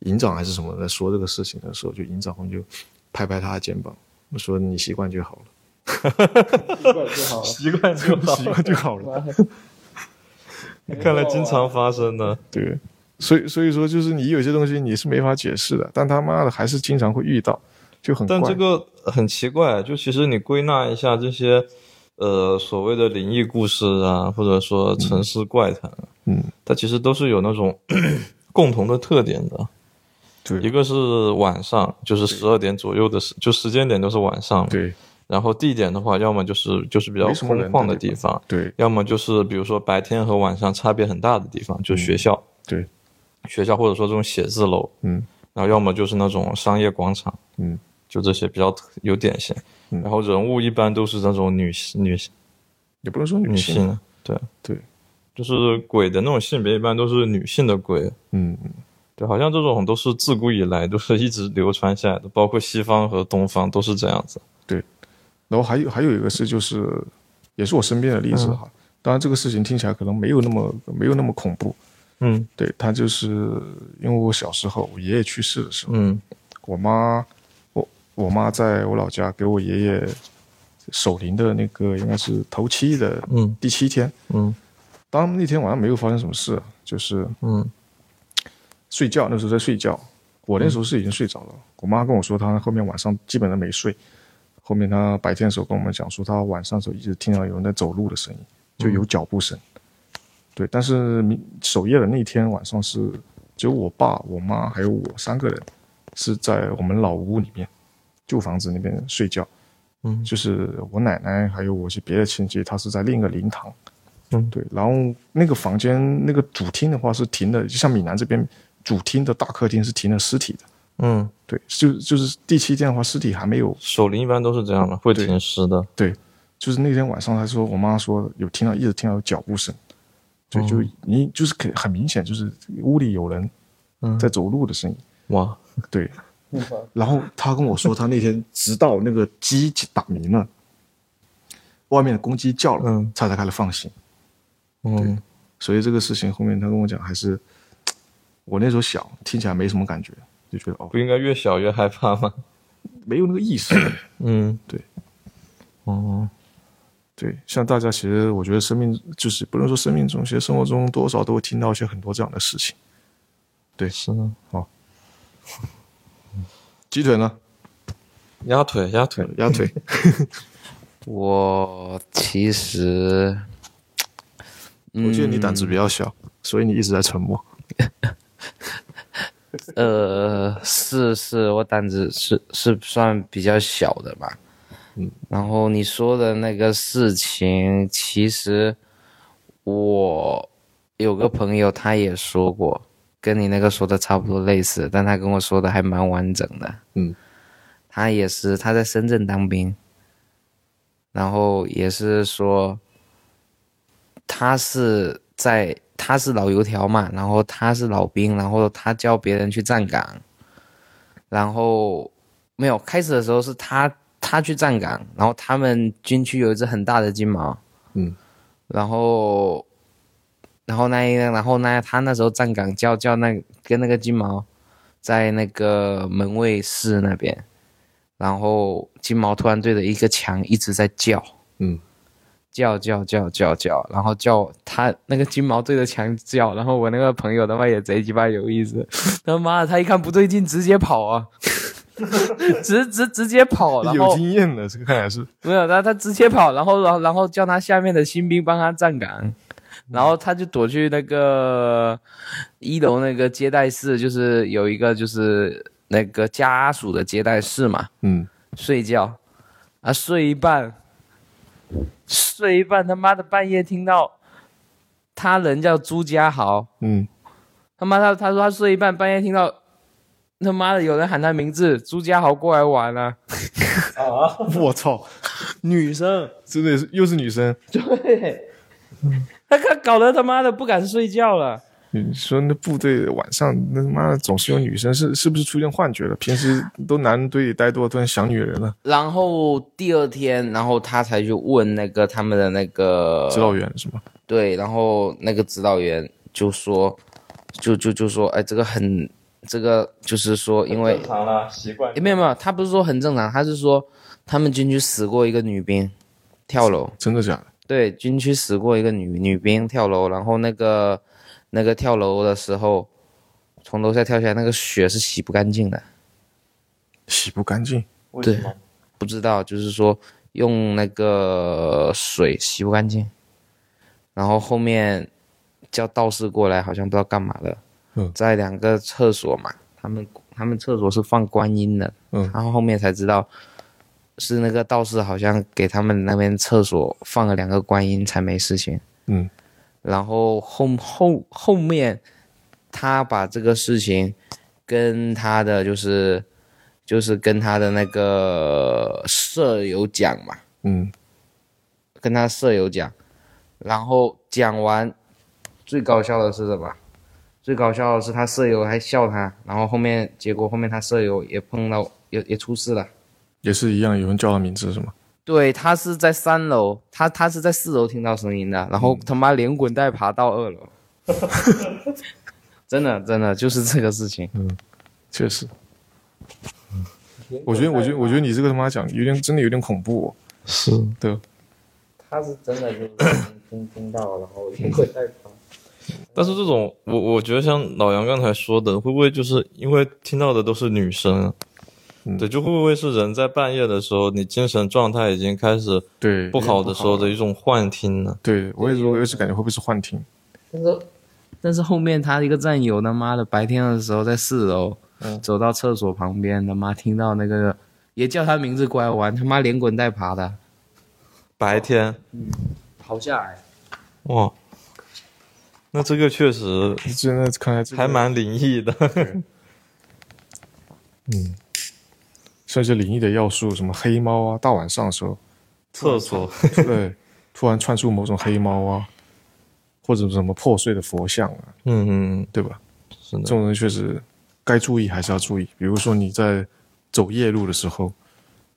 [SPEAKER 1] 营长还是什么在说这个事情的时候，就营长他们就拍拍他的肩膀，说你习惯就好了。
[SPEAKER 2] 哦习惯 就好， 习惯就好了。看来经常发生的，
[SPEAKER 4] 对，所以所以说就是你有些东西你是没法解释的，但他妈的还是经常会遇到，就很怪。
[SPEAKER 2] 但这个很奇怪，就其实你归纳一下这些，呃，所谓的灵异故事啊，或者说城市怪谈，啊
[SPEAKER 4] 嗯，
[SPEAKER 2] 它其实都是有那种 共同的特点的。
[SPEAKER 4] 对
[SPEAKER 2] 一个是晚上，就是十二点左右的时，就时间点都是晚上。。
[SPEAKER 4] 对
[SPEAKER 2] 然后地点的话，要么就是就是比较
[SPEAKER 4] 没什么
[SPEAKER 2] 空
[SPEAKER 4] 人的
[SPEAKER 2] 旷的
[SPEAKER 4] 地
[SPEAKER 2] 地方，
[SPEAKER 4] 对
[SPEAKER 2] 要么就是比如说白天和晚上差别很大的地方，
[SPEAKER 4] 嗯
[SPEAKER 2] 就学校、
[SPEAKER 4] 对，
[SPEAKER 2] 学校或者说这种写字楼，
[SPEAKER 4] 嗯，
[SPEAKER 2] 然后要么就是那种商业广场，
[SPEAKER 4] 嗯，
[SPEAKER 2] 就这些比较特有典型。然后人物一般都是那种女女
[SPEAKER 4] 也不能说女
[SPEAKER 2] 女
[SPEAKER 4] 性，啊
[SPEAKER 2] 性，对
[SPEAKER 4] 对，
[SPEAKER 2] 就是鬼的那种性别一般都是女性的鬼，
[SPEAKER 4] 嗯，
[SPEAKER 2] 对，好像这种都是自古以来都是一直流传下来的，包括西方和东方都是这样子。
[SPEAKER 4] 然后还有还有一个是就是，也是我身边的例子哈。
[SPEAKER 2] 嗯
[SPEAKER 4] 当然这个事情听起来可能没有那么没有那么恐怖，
[SPEAKER 2] 嗯
[SPEAKER 4] 对他就是因为我小时候我爷爷去世的时候，
[SPEAKER 2] 嗯
[SPEAKER 4] 我妈我
[SPEAKER 1] 我妈在我老家给我爷爷守灵的那个应该是头七的
[SPEAKER 2] 嗯
[SPEAKER 1] 第七天，
[SPEAKER 2] 嗯
[SPEAKER 1] 当那天晚上没有发生什么事，啊就是
[SPEAKER 2] 嗯
[SPEAKER 1] 睡觉，那时候在睡觉，我那时候是已经睡着了。我妈跟我说，她后面晚上基本上没睡，后面她白天的时候跟我们讲说，她晚上的时候一直听到有人在走路的声音，就有脚步声。对，但是明守夜的那天晚上是只有我爸、我妈还有我三个人是在我们老屋里面旧房子那边睡觉。
[SPEAKER 2] 嗯
[SPEAKER 1] 就是我奶奶还有我一些别的亲戚，她是在另一个灵堂。
[SPEAKER 2] 嗯
[SPEAKER 1] 对，然后那个房间那个主厅的话是停的，就像闽南这边主厅的大客厅是停了尸体的。
[SPEAKER 2] 嗯，
[SPEAKER 1] 对，就就是第七天的话，尸体还没有。
[SPEAKER 2] 守灵一般都是这样的，会停尸的。
[SPEAKER 1] 对，就是那天晚上，她说我妈说有听到一直听到有脚步声，对，
[SPEAKER 2] 哦
[SPEAKER 1] 就你就是可很明显就是屋里有人
[SPEAKER 2] 嗯
[SPEAKER 1] 在走路的声音。
[SPEAKER 2] 哇，
[SPEAKER 1] 对，然后他跟我说，他那天直到那个鸡打鸣了，外面的公鸡叫了，
[SPEAKER 2] 嗯
[SPEAKER 1] 他才开始放心。
[SPEAKER 2] 嗯
[SPEAKER 1] 所以这个事情后面他跟我讲，还是我那时候小，听起来没什么感觉，就觉得哦
[SPEAKER 2] 不，应该越小越害怕吗？
[SPEAKER 1] 没有那个意识。
[SPEAKER 2] 嗯，
[SPEAKER 1] 对。
[SPEAKER 2] 哦，
[SPEAKER 1] 对，像大家其实我觉得生命就是不能说生命中，其实生活中多少都会听到一些很多这样的事情。
[SPEAKER 2] 是的。
[SPEAKER 1] 鸡腿呢？
[SPEAKER 2] 鸭腿，鸭腿，
[SPEAKER 1] 鸭 腿？
[SPEAKER 3] 我其实
[SPEAKER 1] 我记得你胆子比
[SPEAKER 3] 嗯
[SPEAKER 1] 较小，所以你一直在沉默。
[SPEAKER 3] 呃，是是，我胆子是是算比较小的吧。嗯，然后你说的那个事情，其实我有个朋友他也说过，跟你那个说的差不多类似，但他跟我说的还蛮完整的。
[SPEAKER 2] 嗯，
[SPEAKER 3] 他也是他在深圳当兵，然后也是说他是在他是老油条嘛，然后他是老兵，然后他叫别人去站岗，然后没有开始的时候是他他去站岗，然后他们军区有一只很大的金毛，
[SPEAKER 2] 嗯，
[SPEAKER 3] 然后然后那一然后呢，他那时候站岗叫叫那跟那个金毛在那个门卫室那边，然后金毛突然对着一个墙一直在叫，
[SPEAKER 2] 嗯，
[SPEAKER 3] 叫叫叫叫叫，然后叫他那个金毛对着墙叫，然后我那个朋友他妈也贼鸡巴有意思， 他妈的他一看不对劲，直接跑啊， 直直直接跑，然后
[SPEAKER 1] 经验的，这个看来是
[SPEAKER 3] 没有他他直接跑，然后然后然后叫他下面的新兵帮他站岗，然后他就躲去那个一楼那个接待室，就是有一个就是那个家属的接待室嘛，
[SPEAKER 1] 嗯，
[SPEAKER 3] 睡觉，啊，睡一半，睡一半，他妈的半夜听到他人叫朱家豪，
[SPEAKER 1] 嗯，
[SPEAKER 3] 他妈他他说他睡一半，半夜听到他妈的有人喊他名字，朱家豪过来玩啊了、
[SPEAKER 1] 我操，
[SPEAKER 3] 女生，
[SPEAKER 1] 真的是又是女生，
[SPEAKER 3] 对，他他搞得他妈的不敢睡觉了。
[SPEAKER 1] 你说那部队晚上那他妈的总是有女生，是是不是出现幻觉了？平时都男人堆里待多了，突然想女人了。
[SPEAKER 3] 然后第二天，然后他才去问那个他们的那个
[SPEAKER 1] 指导员是吗？
[SPEAKER 3] 对，然后那个指导员就说，就就就说，哎，这个很，这个就是说，因为
[SPEAKER 2] 正常了，习惯
[SPEAKER 3] 诶没有没有，他不是说很正常，他是说他们军区死过一个女兵跳楼，
[SPEAKER 1] 真的假的？
[SPEAKER 3] 对，军区死过一个女女兵跳楼，然后那个那个跳楼的时候，从楼下跳下来，那个血是洗不干净的，
[SPEAKER 1] 洗不干净，
[SPEAKER 3] 对，不知道，就是说用那个水洗不干净，然后后面叫道士过来，好像不知道干嘛的，
[SPEAKER 1] 嗯
[SPEAKER 3] 在两个厕所嘛，他们他们厕所是放观音的，
[SPEAKER 1] 嗯
[SPEAKER 3] 然后后面才知道是那个道士好像给他们那边厕所放了两个观音才没事情，
[SPEAKER 1] 嗯，
[SPEAKER 3] 然后后后后面他把这个事情跟他的就是就是跟他的那个舍友讲嘛，
[SPEAKER 1] 嗯，
[SPEAKER 3] 跟他舍友讲，然后讲完，最搞笑的是什么？最搞笑的是他舍友还笑他，然后后面结果后面他舍友也碰到也也出事了。
[SPEAKER 1] 也是一样，有人叫他名字是吗？
[SPEAKER 3] 对他是在三楼，他他是在四楼听到声音的，然后他妈连滚带爬到二楼， 真的真的就是这个事情。
[SPEAKER 2] 嗯
[SPEAKER 1] 确实，我觉得，我觉得，我觉得你这个他妈讲有点真的有点恐怖、哦。
[SPEAKER 5] 是
[SPEAKER 1] 对，
[SPEAKER 3] 他是真的就是听听听到，然后连滚带爬。
[SPEAKER 2] 但是这种，我我觉得像老杨刚才说的，会不会就是因为听到的都是女生啊？对，就会不会是人在半夜的时候，你精神状态已经开始
[SPEAKER 1] 对，
[SPEAKER 2] 不好的时候
[SPEAKER 1] 对，
[SPEAKER 2] 的一种幻听呢？
[SPEAKER 1] 对我也是，我也是感觉会不会是幻
[SPEAKER 2] 嗯
[SPEAKER 1] 听？
[SPEAKER 3] 但是但是后面他一个战友他妈的白天的时候在四楼，走到厕所旁边，他妈听到那个也叫他名字过来玩，他妈连滚带爬的
[SPEAKER 2] 白天，
[SPEAKER 3] 跑下来。
[SPEAKER 2] 哇，那这个确实
[SPEAKER 1] 真的看来这个
[SPEAKER 2] 还蛮灵异 的。
[SPEAKER 1] 像一些灵异的要素，什么黑猫啊，大晚上的时候，
[SPEAKER 2] 厕所，
[SPEAKER 1] 对， 突然窜出某种黑猫啊，或者什么破碎的佛像啊，
[SPEAKER 2] 嗯嗯，
[SPEAKER 1] 对吧？
[SPEAKER 2] 是
[SPEAKER 1] 这
[SPEAKER 2] 的，
[SPEAKER 1] 种人确实该注意还是要注意。比如说你在走夜路的时候，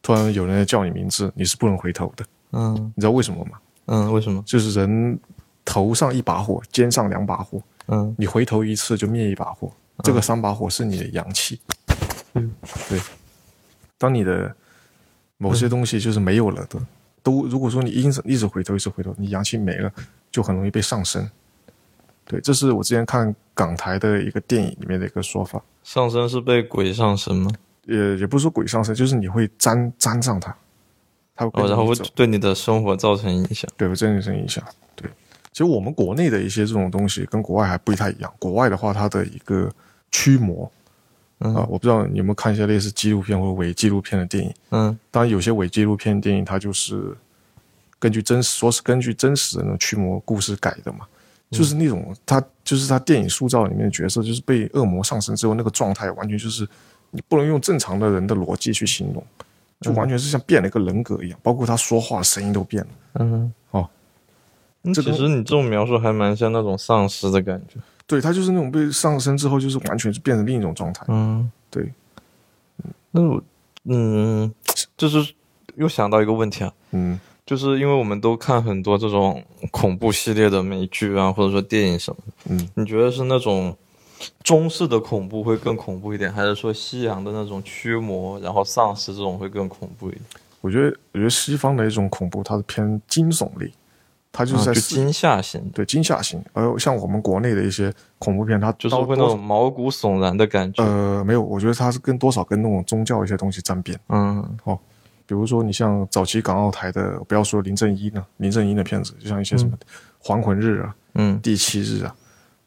[SPEAKER 1] 突然有人在叫你名字，你是不能回头的。
[SPEAKER 2] 嗯
[SPEAKER 1] 你知道为什么吗？
[SPEAKER 2] 嗯，为什么？
[SPEAKER 1] 就是人头上一把火，肩上两把火，
[SPEAKER 2] 嗯，
[SPEAKER 1] 你回头一次就灭一把火，这个三把火是你的阳气。嗯，对。当你的某些东西就是没有了的，都如果说你一直一直回头一直回头，你阳气没了，就很容易被上升。对，这是我之前看港台的一个电影里面的一个说法，
[SPEAKER 2] 上身是被鬼上身吗？
[SPEAKER 1] 也也不是说鬼上身，就是你会沾沾上它，它会跟
[SPEAKER 2] 哦，然
[SPEAKER 1] 着
[SPEAKER 2] 后
[SPEAKER 1] 你
[SPEAKER 2] 会
[SPEAKER 1] 走
[SPEAKER 2] 对你的生活造成影响。
[SPEAKER 1] 对，会真生影响。对，其实我们国内的一些这种东西跟国外还不太一样。国外的话，它的一个驱魔啊、
[SPEAKER 2] 嗯
[SPEAKER 1] 我不知道你有没有看一些类似纪录片或者伪纪录片的电影。
[SPEAKER 2] 嗯
[SPEAKER 1] 当然，有些伪纪录片电影它就是根据真实，说是根据真实的那种驱魔故事改的嘛，就是那种他就是他电影塑造里面的角色，就是被恶魔上身之后那个状态，完全就是你不能用正常的人的逻辑去形容，就完全是像变了一个人格一样，包括他说话声音都变了。
[SPEAKER 2] 嗯，
[SPEAKER 1] 哦。
[SPEAKER 2] 嗯
[SPEAKER 1] 这
[SPEAKER 2] 其
[SPEAKER 1] 个
[SPEAKER 2] 实你这种描述还蛮像那种丧尸的感觉。
[SPEAKER 1] 对他就是那种被上身之后，就是完全就变成另一种状态。
[SPEAKER 2] 嗯，
[SPEAKER 1] 对，
[SPEAKER 2] 那我嗯，就是又想到一个问题啊，
[SPEAKER 1] 嗯，
[SPEAKER 2] 就是因为我们都看很多这种恐怖系列的美剧啊，或者说电影什么的，
[SPEAKER 1] 嗯，
[SPEAKER 2] 你觉得是那种中式的恐怖会更恐怖一点，还是说西洋的那种驱魔然后丧尸这种会更恐怖一点？
[SPEAKER 1] 我觉得我觉得西方的一种恐怖，它是偏惊悚类，它就是
[SPEAKER 2] 啊
[SPEAKER 1] 在
[SPEAKER 2] 就
[SPEAKER 1] 刺、
[SPEAKER 2] 惊吓型的，
[SPEAKER 1] 对惊吓型，而像我们国内的一些恐怖片，它
[SPEAKER 2] 就是
[SPEAKER 1] 刀
[SPEAKER 2] 会那种毛骨悚然的感觉。
[SPEAKER 1] 呃没有，我觉得它是跟多少跟那种宗教一些东西沾边。
[SPEAKER 2] 嗯
[SPEAKER 1] 比如说你像早期港澳台的，不要说林正英呢，林正英的片子，就像一些什么《还魂日》啊、
[SPEAKER 2] 嗯
[SPEAKER 1] 《第七日》啊，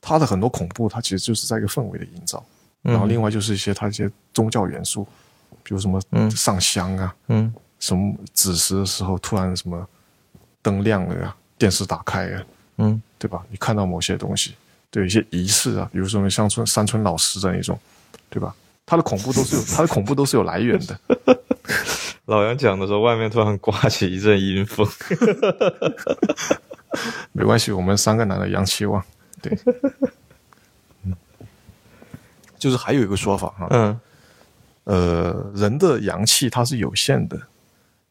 [SPEAKER 1] 它的很多恐怖，它其实就是在一个氛围的营造。然后
[SPEAKER 2] 嗯
[SPEAKER 1] 另外就是一些它一些宗教元素，比如什么
[SPEAKER 2] 嗯
[SPEAKER 1] 上香啊，
[SPEAKER 2] 嗯
[SPEAKER 1] 什么子时的时候突然什么灯亮了呀，电视打开呀，
[SPEAKER 2] 嗯
[SPEAKER 1] 对吧？你看到某些东西，对一些仪式啊，比如说我们乡村山村老师的那种，对吧？它的恐怖都是有它的恐怖都是有来源的，
[SPEAKER 2] 老杨讲的时候，外面突然刮起一阵阴风。
[SPEAKER 1] 没关系，我们三个男的阳气旺，对。 就是还有一个说法哈，
[SPEAKER 2] 嗯
[SPEAKER 1] 呃，人的阳气它是有限的，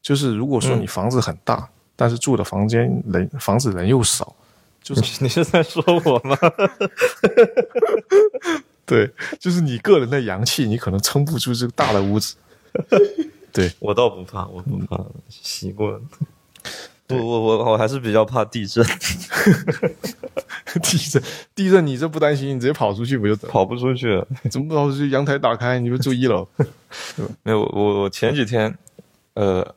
[SPEAKER 1] 就是如果说你房子很大，但是住的房间人房子人又少，就是
[SPEAKER 2] 你是在说我吗？
[SPEAKER 1] 对，就是你个人的阳气，你可能撑不住这个大的屋子。
[SPEAKER 2] 我倒不怕，我不怕，习惯了。我我我我还是比较怕地震，
[SPEAKER 1] 地震，地震，你这不担心，你直接跑出去不就得了？
[SPEAKER 2] 跑不出去。
[SPEAKER 1] 怎么不跑出去？阳台打开，你就住一楼。
[SPEAKER 2] 没有，我我前几天，呃，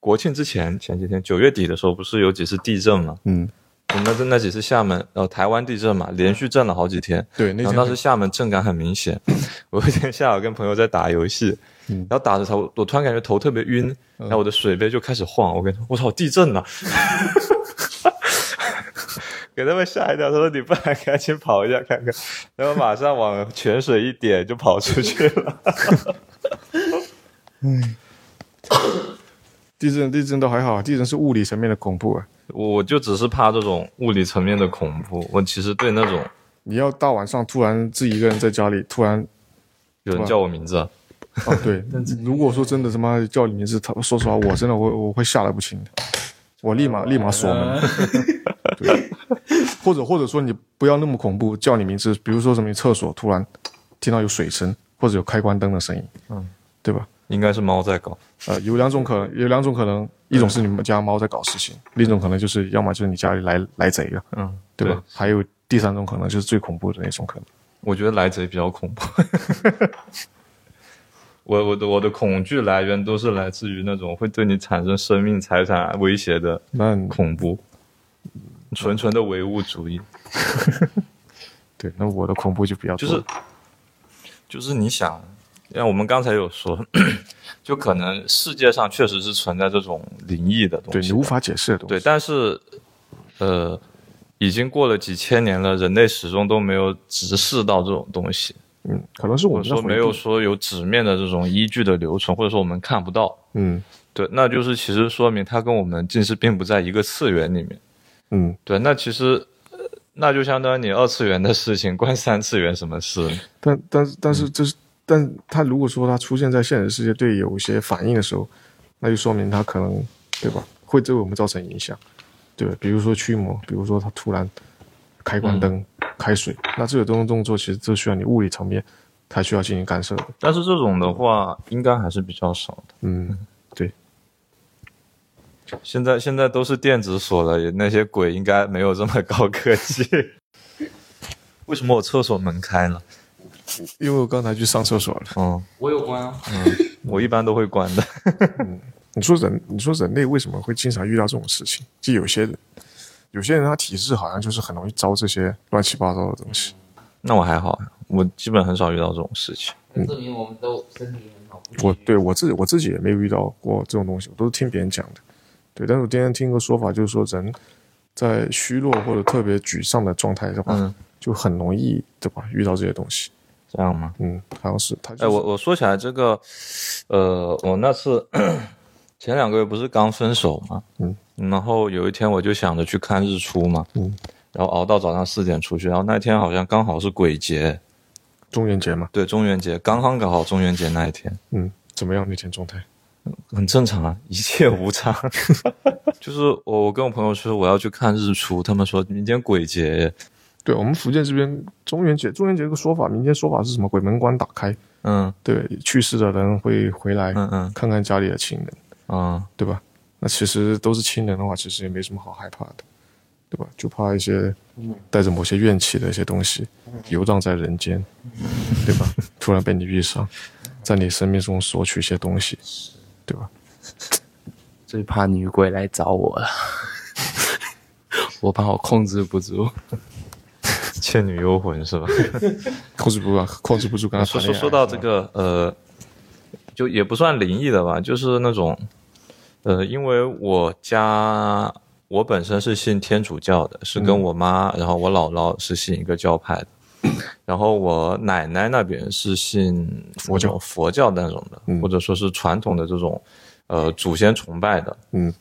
[SPEAKER 2] 国庆之前前几天九月底的时候，不是有几次地震吗？
[SPEAKER 1] 嗯，
[SPEAKER 2] 我们那那几次厦门呃台湾地震嘛，连续震了好几天。
[SPEAKER 1] 对，那
[SPEAKER 2] 然后
[SPEAKER 1] 天
[SPEAKER 2] 当时厦门震感很明显， 我有一天下午跟朋友在打游戏，
[SPEAKER 1] 嗯
[SPEAKER 2] 然后打着他，我我突然感觉头特别晕，然后我的水杯就开始晃，我跟他说我操地震了， 给他们吓一跳，他说你不然赶紧跑一下看看，然后马上往泉水一点就跑出去了，
[SPEAKER 1] 地震，地震倒还好，地震是物理层面的恐怖啊。
[SPEAKER 2] 我我就只是怕这种物理层面的恐怖，我其实对那种
[SPEAKER 1] 你要大晚上突然自己一个人在家里，突然
[SPEAKER 2] 有人叫我名字啊，
[SPEAKER 1] 哦， 对，如果说真的他妈叫你名字，他说实话，我真的我我会吓得不轻的，我立马立马锁门。
[SPEAKER 2] 嗯
[SPEAKER 1] 对，或者或者说你不要那么恐怖，叫你名字，比如说什么你厕所突然听到有水声或者有开关灯的声音，嗯，对吧？
[SPEAKER 2] 应该是猫在搞。
[SPEAKER 1] 呃，有两种可能，有两种可能，一种是你们家猫在搞事情，另一种可能就是要么就是你家里来来贼了，
[SPEAKER 2] 嗯，
[SPEAKER 1] 对吧？还有第三种可能就是最恐怖的那种可能。
[SPEAKER 2] 我觉得来贼比较恐怖。 我我的我的恐惧来源都是来自于那种会对你产生生命财产威胁的
[SPEAKER 1] 那你
[SPEAKER 2] 恐怖，纯纯的唯物主义。
[SPEAKER 1] 对，那我的恐怖就比较
[SPEAKER 2] 就
[SPEAKER 1] 多
[SPEAKER 2] 是就是你想，像我们刚才有说， 就可能世界上确实是存在这种灵异的东西
[SPEAKER 1] 对
[SPEAKER 2] 的，
[SPEAKER 1] 你无法解释的东西。
[SPEAKER 2] 对，但是，呃，已经过了几千年了，人类始终都没有直视到这种东西，
[SPEAKER 1] 嗯，可能是我
[SPEAKER 2] 或
[SPEAKER 1] 们
[SPEAKER 2] 者
[SPEAKER 1] 的
[SPEAKER 2] 说
[SPEAKER 1] 回
[SPEAKER 2] 没有
[SPEAKER 1] 避，
[SPEAKER 2] 说有纸面的这种依据的留存，或者说我们看不到。
[SPEAKER 1] 嗯
[SPEAKER 2] 对，那就是其实说明它跟我们近视并不在一个次元里面。
[SPEAKER 1] 嗯，
[SPEAKER 2] 对，那其实。呃那就相当于你二次元的事情关三次元什么事？
[SPEAKER 1] 但但是但是这是，但他如果说他出现在现实世界对有一些反应的时候，那就说明他可能对吧，会对我们造成影响，对吧？比如说驱魔，比如说他突然开关灯、开水，那这个动动作其实就需要你物理层面，它需要进行干涉的。
[SPEAKER 2] 但是这种的话，应该还是比较少的。
[SPEAKER 1] 嗯，对，
[SPEAKER 2] 现在现在都是电子锁了，也那些鬼应该没有这么高科技。 为什么我厕所门开了？
[SPEAKER 1] 因为我刚才去上厕所了。
[SPEAKER 2] 嗯，
[SPEAKER 3] 我有关啊，
[SPEAKER 2] 我一般都会关的。
[SPEAKER 1] 你说人，你说人类为什么会经常遇到这种事情？就有些人，有些人他体质好像就是很容易招这些乱七八糟的东西。
[SPEAKER 2] 那我还好，啊我基本很少遇到这种事情。
[SPEAKER 3] 那证明我们都身体很好。
[SPEAKER 1] 我对我自己我自己也没有遇到过这种东西，我都是听别人讲的。对，但是我今天听个说法，就是说人在虚弱或者特别沮丧的状态的话，
[SPEAKER 2] 嗯
[SPEAKER 1] 就很容易对吧？遇到这些东西，
[SPEAKER 2] 这样吗？
[SPEAKER 1] 嗯，好像是他、就是。
[SPEAKER 2] 哎，我我说起来这个，呃，我那次前两个月不是刚分手嘛，
[SPEAKER 1] 嗯，
[SPEAKER 2] 然后有一天我就想着去看日出嘛，
[SPEAKER 1] 嗯，
[SPEAKER 2] 然后熬到早上四点出去，然后那天好像刚好是鬼节，
[SPEAKER 1] 中元节嘛，
[SPEAKER 2] 对，中元节刚刚搞好中元节那一天，
[SPEAKER 1] 嗯，怎么样那天状态？
[SPEAKER 2] 很正常啊，一切无常。 就是我我跟我朋友说我要去看日出，他们说明天鬼节，
[SPEAKER 1] 对我们福建这边中元节，中元节这个说法，民间说法是什么？鬼门关打开，
[SPEAKER 2] 嗯
[SPEAKER 1] 对，去世的人会回来
[SPEAKER 2] 嗯嗯
[SPEAKER 1] 看看家里的亲人，
[SPEAKER 2] 嗯，
[SPEAKER 1] 对吧？那其实都是亲人的话，其实也没什么好害怕的，对吧？就怕一些
[SPEAKER 2] 嗯
[SPEAKER 1] 带着某些怨气的一些东西游荡在人间，对吧？
[SPEAKER 2] 嗯
[SPEAKER 1] 突然被你遇上，在你生命中索取一些东西，对吧？
[SPEAKER 3] 最怕女鬼来找我了， 我怕我控制不住。
[SPEAKER 2] 倩女幽魂是吧？
[SPEAKER 1] 控制不住啊，控制不住跟他
[SPEAKER 2] 说
[SPEAKER 1] 谈
[SPEAKER 2] 说
[SPEAKER 1] 恋爱。
[SPEAKER 2] 说到这个呃，就也不算灵异的吧，就是那种呃，因为我家我本身是信天主教的，是
[SPEAKER 1] 嗯
[SPEAKER 2] 跟我妈，然后我姥姥是信一个教派 的。然后我奶奶那边是信
[SPEAKER 1] 佛教
[SPEAKER 2] 那种佛教那种的，
[SPEAKER 1] 嗯
[SPEAKER 2] 或者说是传统的这种，呃，祖先崇拜的。
[SPEAKER 1] 嗯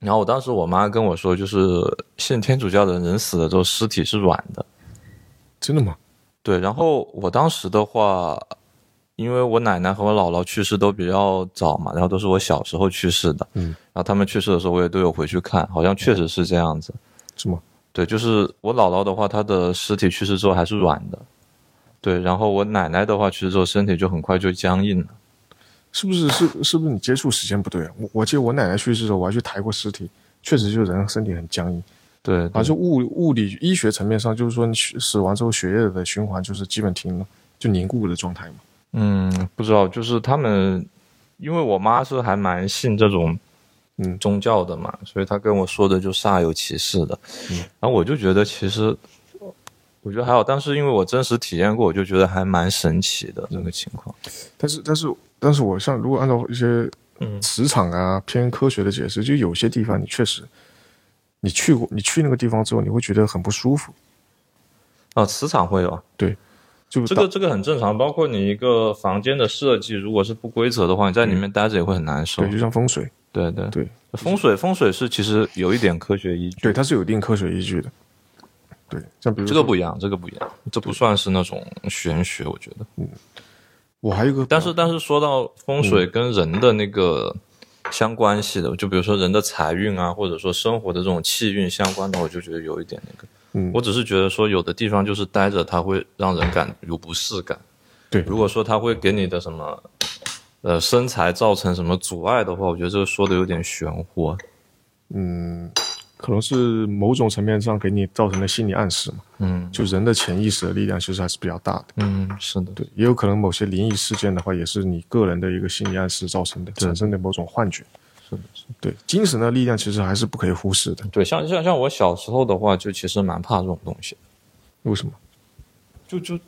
[SPEAKER 2] 然后我当时我妈跟我说，就是信天主教的人死了之后尸体是软的，
[SPEAKER 1] 真的吗？
[SPEAKER 2] 对，然后我当时的话，因为我奶奶和我姥姥去世都比较早嘛，然后都是我小时候去世的，
[SPEAKER 1] 嗯
[SPEAKER 2] 然后他们去世的时候我也都有回去看，好像确实是这样子。
[SPEAKER 1] 是吗？
[SPEAKER 2] 对，就是我姥姥的话，她的尸体去世之后还是软的，对，然后我奶奶的话去世之后身体就很快就僵硬了。
[SPEAKER 1] 是不是是是不是你接触时间不对啊？我我记得我奶奶去世的时候，我还去抬过尸体，确实就是人身体很僵硬。
[SPEAKER 2] 对，
[SPEAKER 1] 啊，
[SPEAKER 2] 对
[SPEAKER 1] 就物物理医学层面上，就是说你血死亡之后血液的循环就是基本停了，就凝固的状态嘛。
[SPEAKER 2] 嗯，不知道，就是他们，因为我妈是还蛮信这种，
[SPEAKER 1] 嗯
[SPEAKER 2] 宗教的嘛，所以她跟我说的就煞有其事的，
[SPEAKER 1] 嗯
[SPEAKER 2] 然后我就觉得其实，我觉得还好，但是因为我真实体验过，我就觉得还蛮神奇的这个情况。
[SPEAKER 1] 但是但是但是我像如果按照一些
[SPEAKER 2] 嗯
[SPEAKER 1] 磁场啊偏科学的解释，就有些地方你确实你去过，你去那个地方之后，你会觉得很不舒服。
[SPEAKER 2] 啊，磁场会有啊
[SPEAKER 1] 就
[SPEAKER 2] 这个，这个很正常。包括你一个房间的设计，如果是不规则的话，你在里面待着也会很难
[SPEAKER 1] 嗯
[SPEAKER 2] 受。
[SPEAKER 1] 对，就像风水，
[SPEAKER 2] 对对
[SPEAKER 1] 对
[SPEAKER 2] 风水风水是其实有一点科学依据，
[SPEAKER 1] 对，它是有一定科学依据的。对，像比如
[SPEAKER 2] 这个
[SPEAKER 1] 说
[SPEAKER 2] 不一样，这个不一样，这不算是那种玄学，我觉得。
[SPEAKER 1] 我还有一个，
[SPEAKER 2] 但是但是说到风水
[SPEAKER 1] 嗯
[SPEAKER 2] 跟人的那个相关系的，就比如说人的财运啊，或者说生活的这种气运相关的，我就觉得有一点那个。
[SPEAKER 1] 嗯
[SPEAKER 2] 我只是觉得说有的地方就是待着它会让人感有不适感。
[SPEAKER 1] 对
[SPEAKER 2] 如果说它会给你的什么呃身材造成什么阻碍的话，我觉得这个说的有点玄乎啊。
[SPEAKER 1] 可能是某种层面上给你造成了心理暗示嘛。嗯，就人的潜意识的力量其实还是比较大的。
[SPEAKER 2] 嗯，是的，
[SPEAKER 1] 对，也有可能某些灵异事件的话，也是你个人的一个心理暗示造成的，产生的某种幻觉。
[SPEAKER 2] 是的，
[SPEAKER 1] 对，精神的力量其实还是不可以忽视的。
[SPEAKER 2] 对，像像像我小时候的话，就其实蛮怕这种东西的，
[SPEAKER 1] 为什么？
[SPEAKER 2] 就就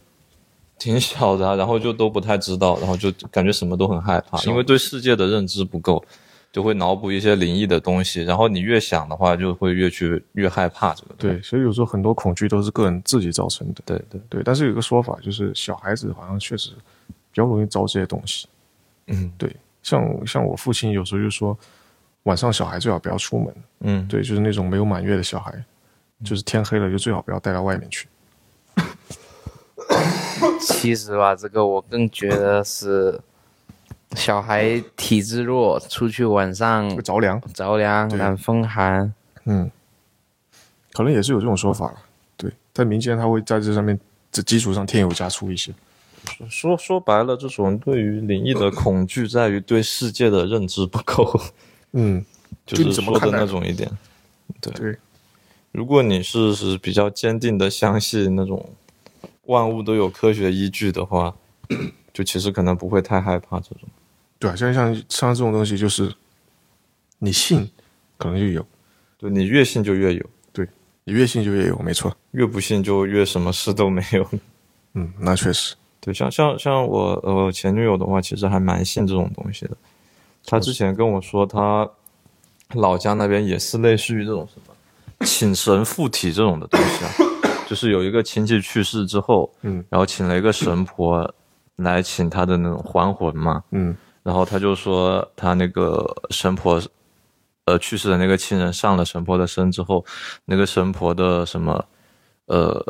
[SPEAKER 2] 挺小的啊、然后就都不太知道，然后就感觉什么都很害怕，因为对世界的认知不够，就会脑补一些灵异的东西，然后你越想的话，就会越去越害怕这个东西。
[SPEAKER 1] 对，所以有时候很多恐惧都是个人自己造成的。
[SPEAKER 2] 对对
[SPEAKER 1] 对，但是有一个说法，就是小孩子好像确实比较容易招这些东西。
[SPEAKER 2] 嗯，
[SPEAKER 1] 对，像像我父亲有时候就说，晚上小孩最好不要出门。
[SPEAKER 2] 嗯，
[SPEAKER 1] 对，就是那种没有满月的小孩，就是天黑了就最好不要带到外面去。
[SPEAKER 2] 嗯
[SPEAKER 3] 其实吧，这个我更觉得是小孩体质弱，出去晚上
[SPEAKER 1] 会着凉，
[SPEAKER 3] 着凉、
[SPEAKER 1] 对
[SPEAKER 3] 染风寒。
[SPEAKER 1] 嗯，可能也是有这种说法了。对，但民间他会在这上面这基础上添油加醋一些。
[SPEAKER 2] 说说白了，这种对于灵异的恐惧在于对世界的认知不够，
[SPEAKER 1] 嗯，
[SPEAKER 2] 就
[SPEAKER 1] 你
[SPEAKER 2] 是
[SPEAKER 1] 怎么
[SPEAKER 2] 说的
[SPEAKER 1] 看待
[SPEAKER 2] 那种一点。
[SPEAKER 1] 对，
[SPEAKER 2] 如果你是是比较坚定的相信那种万物都有科学依据的话， 就其实可能不会太害怕这种。
[SPEAKER 1] 对啊，像像像这种东西，就是你信，可能就有；
[SPEAKER 2] 对你越信就越有，
[SPEAKER 1] 你越信就越有，没错。
[SPEAKER 2] 越不信就越什么事都没有。
[SPEAKER 1] 嗯，那确实，
[SPEAKER 2] 对，像像像我呃前女友的话，其实还蛮信这种东西的。她之前跟我说，她老家那边也是类似于这种什么请神附体这种的东西啊，就是有一个亲戚去世之后，
[SPEAKER 1] 嗯，
[SPEAKER 2] 然后请了一个神婆来请他的那种还魂嘛，
[SPEAKER 1] 嗯
[SPEAKER 2] 然后他就说他那个神婆，呃，去世的那个亲人上了神婆的身之后，那个神婆的什么，呃，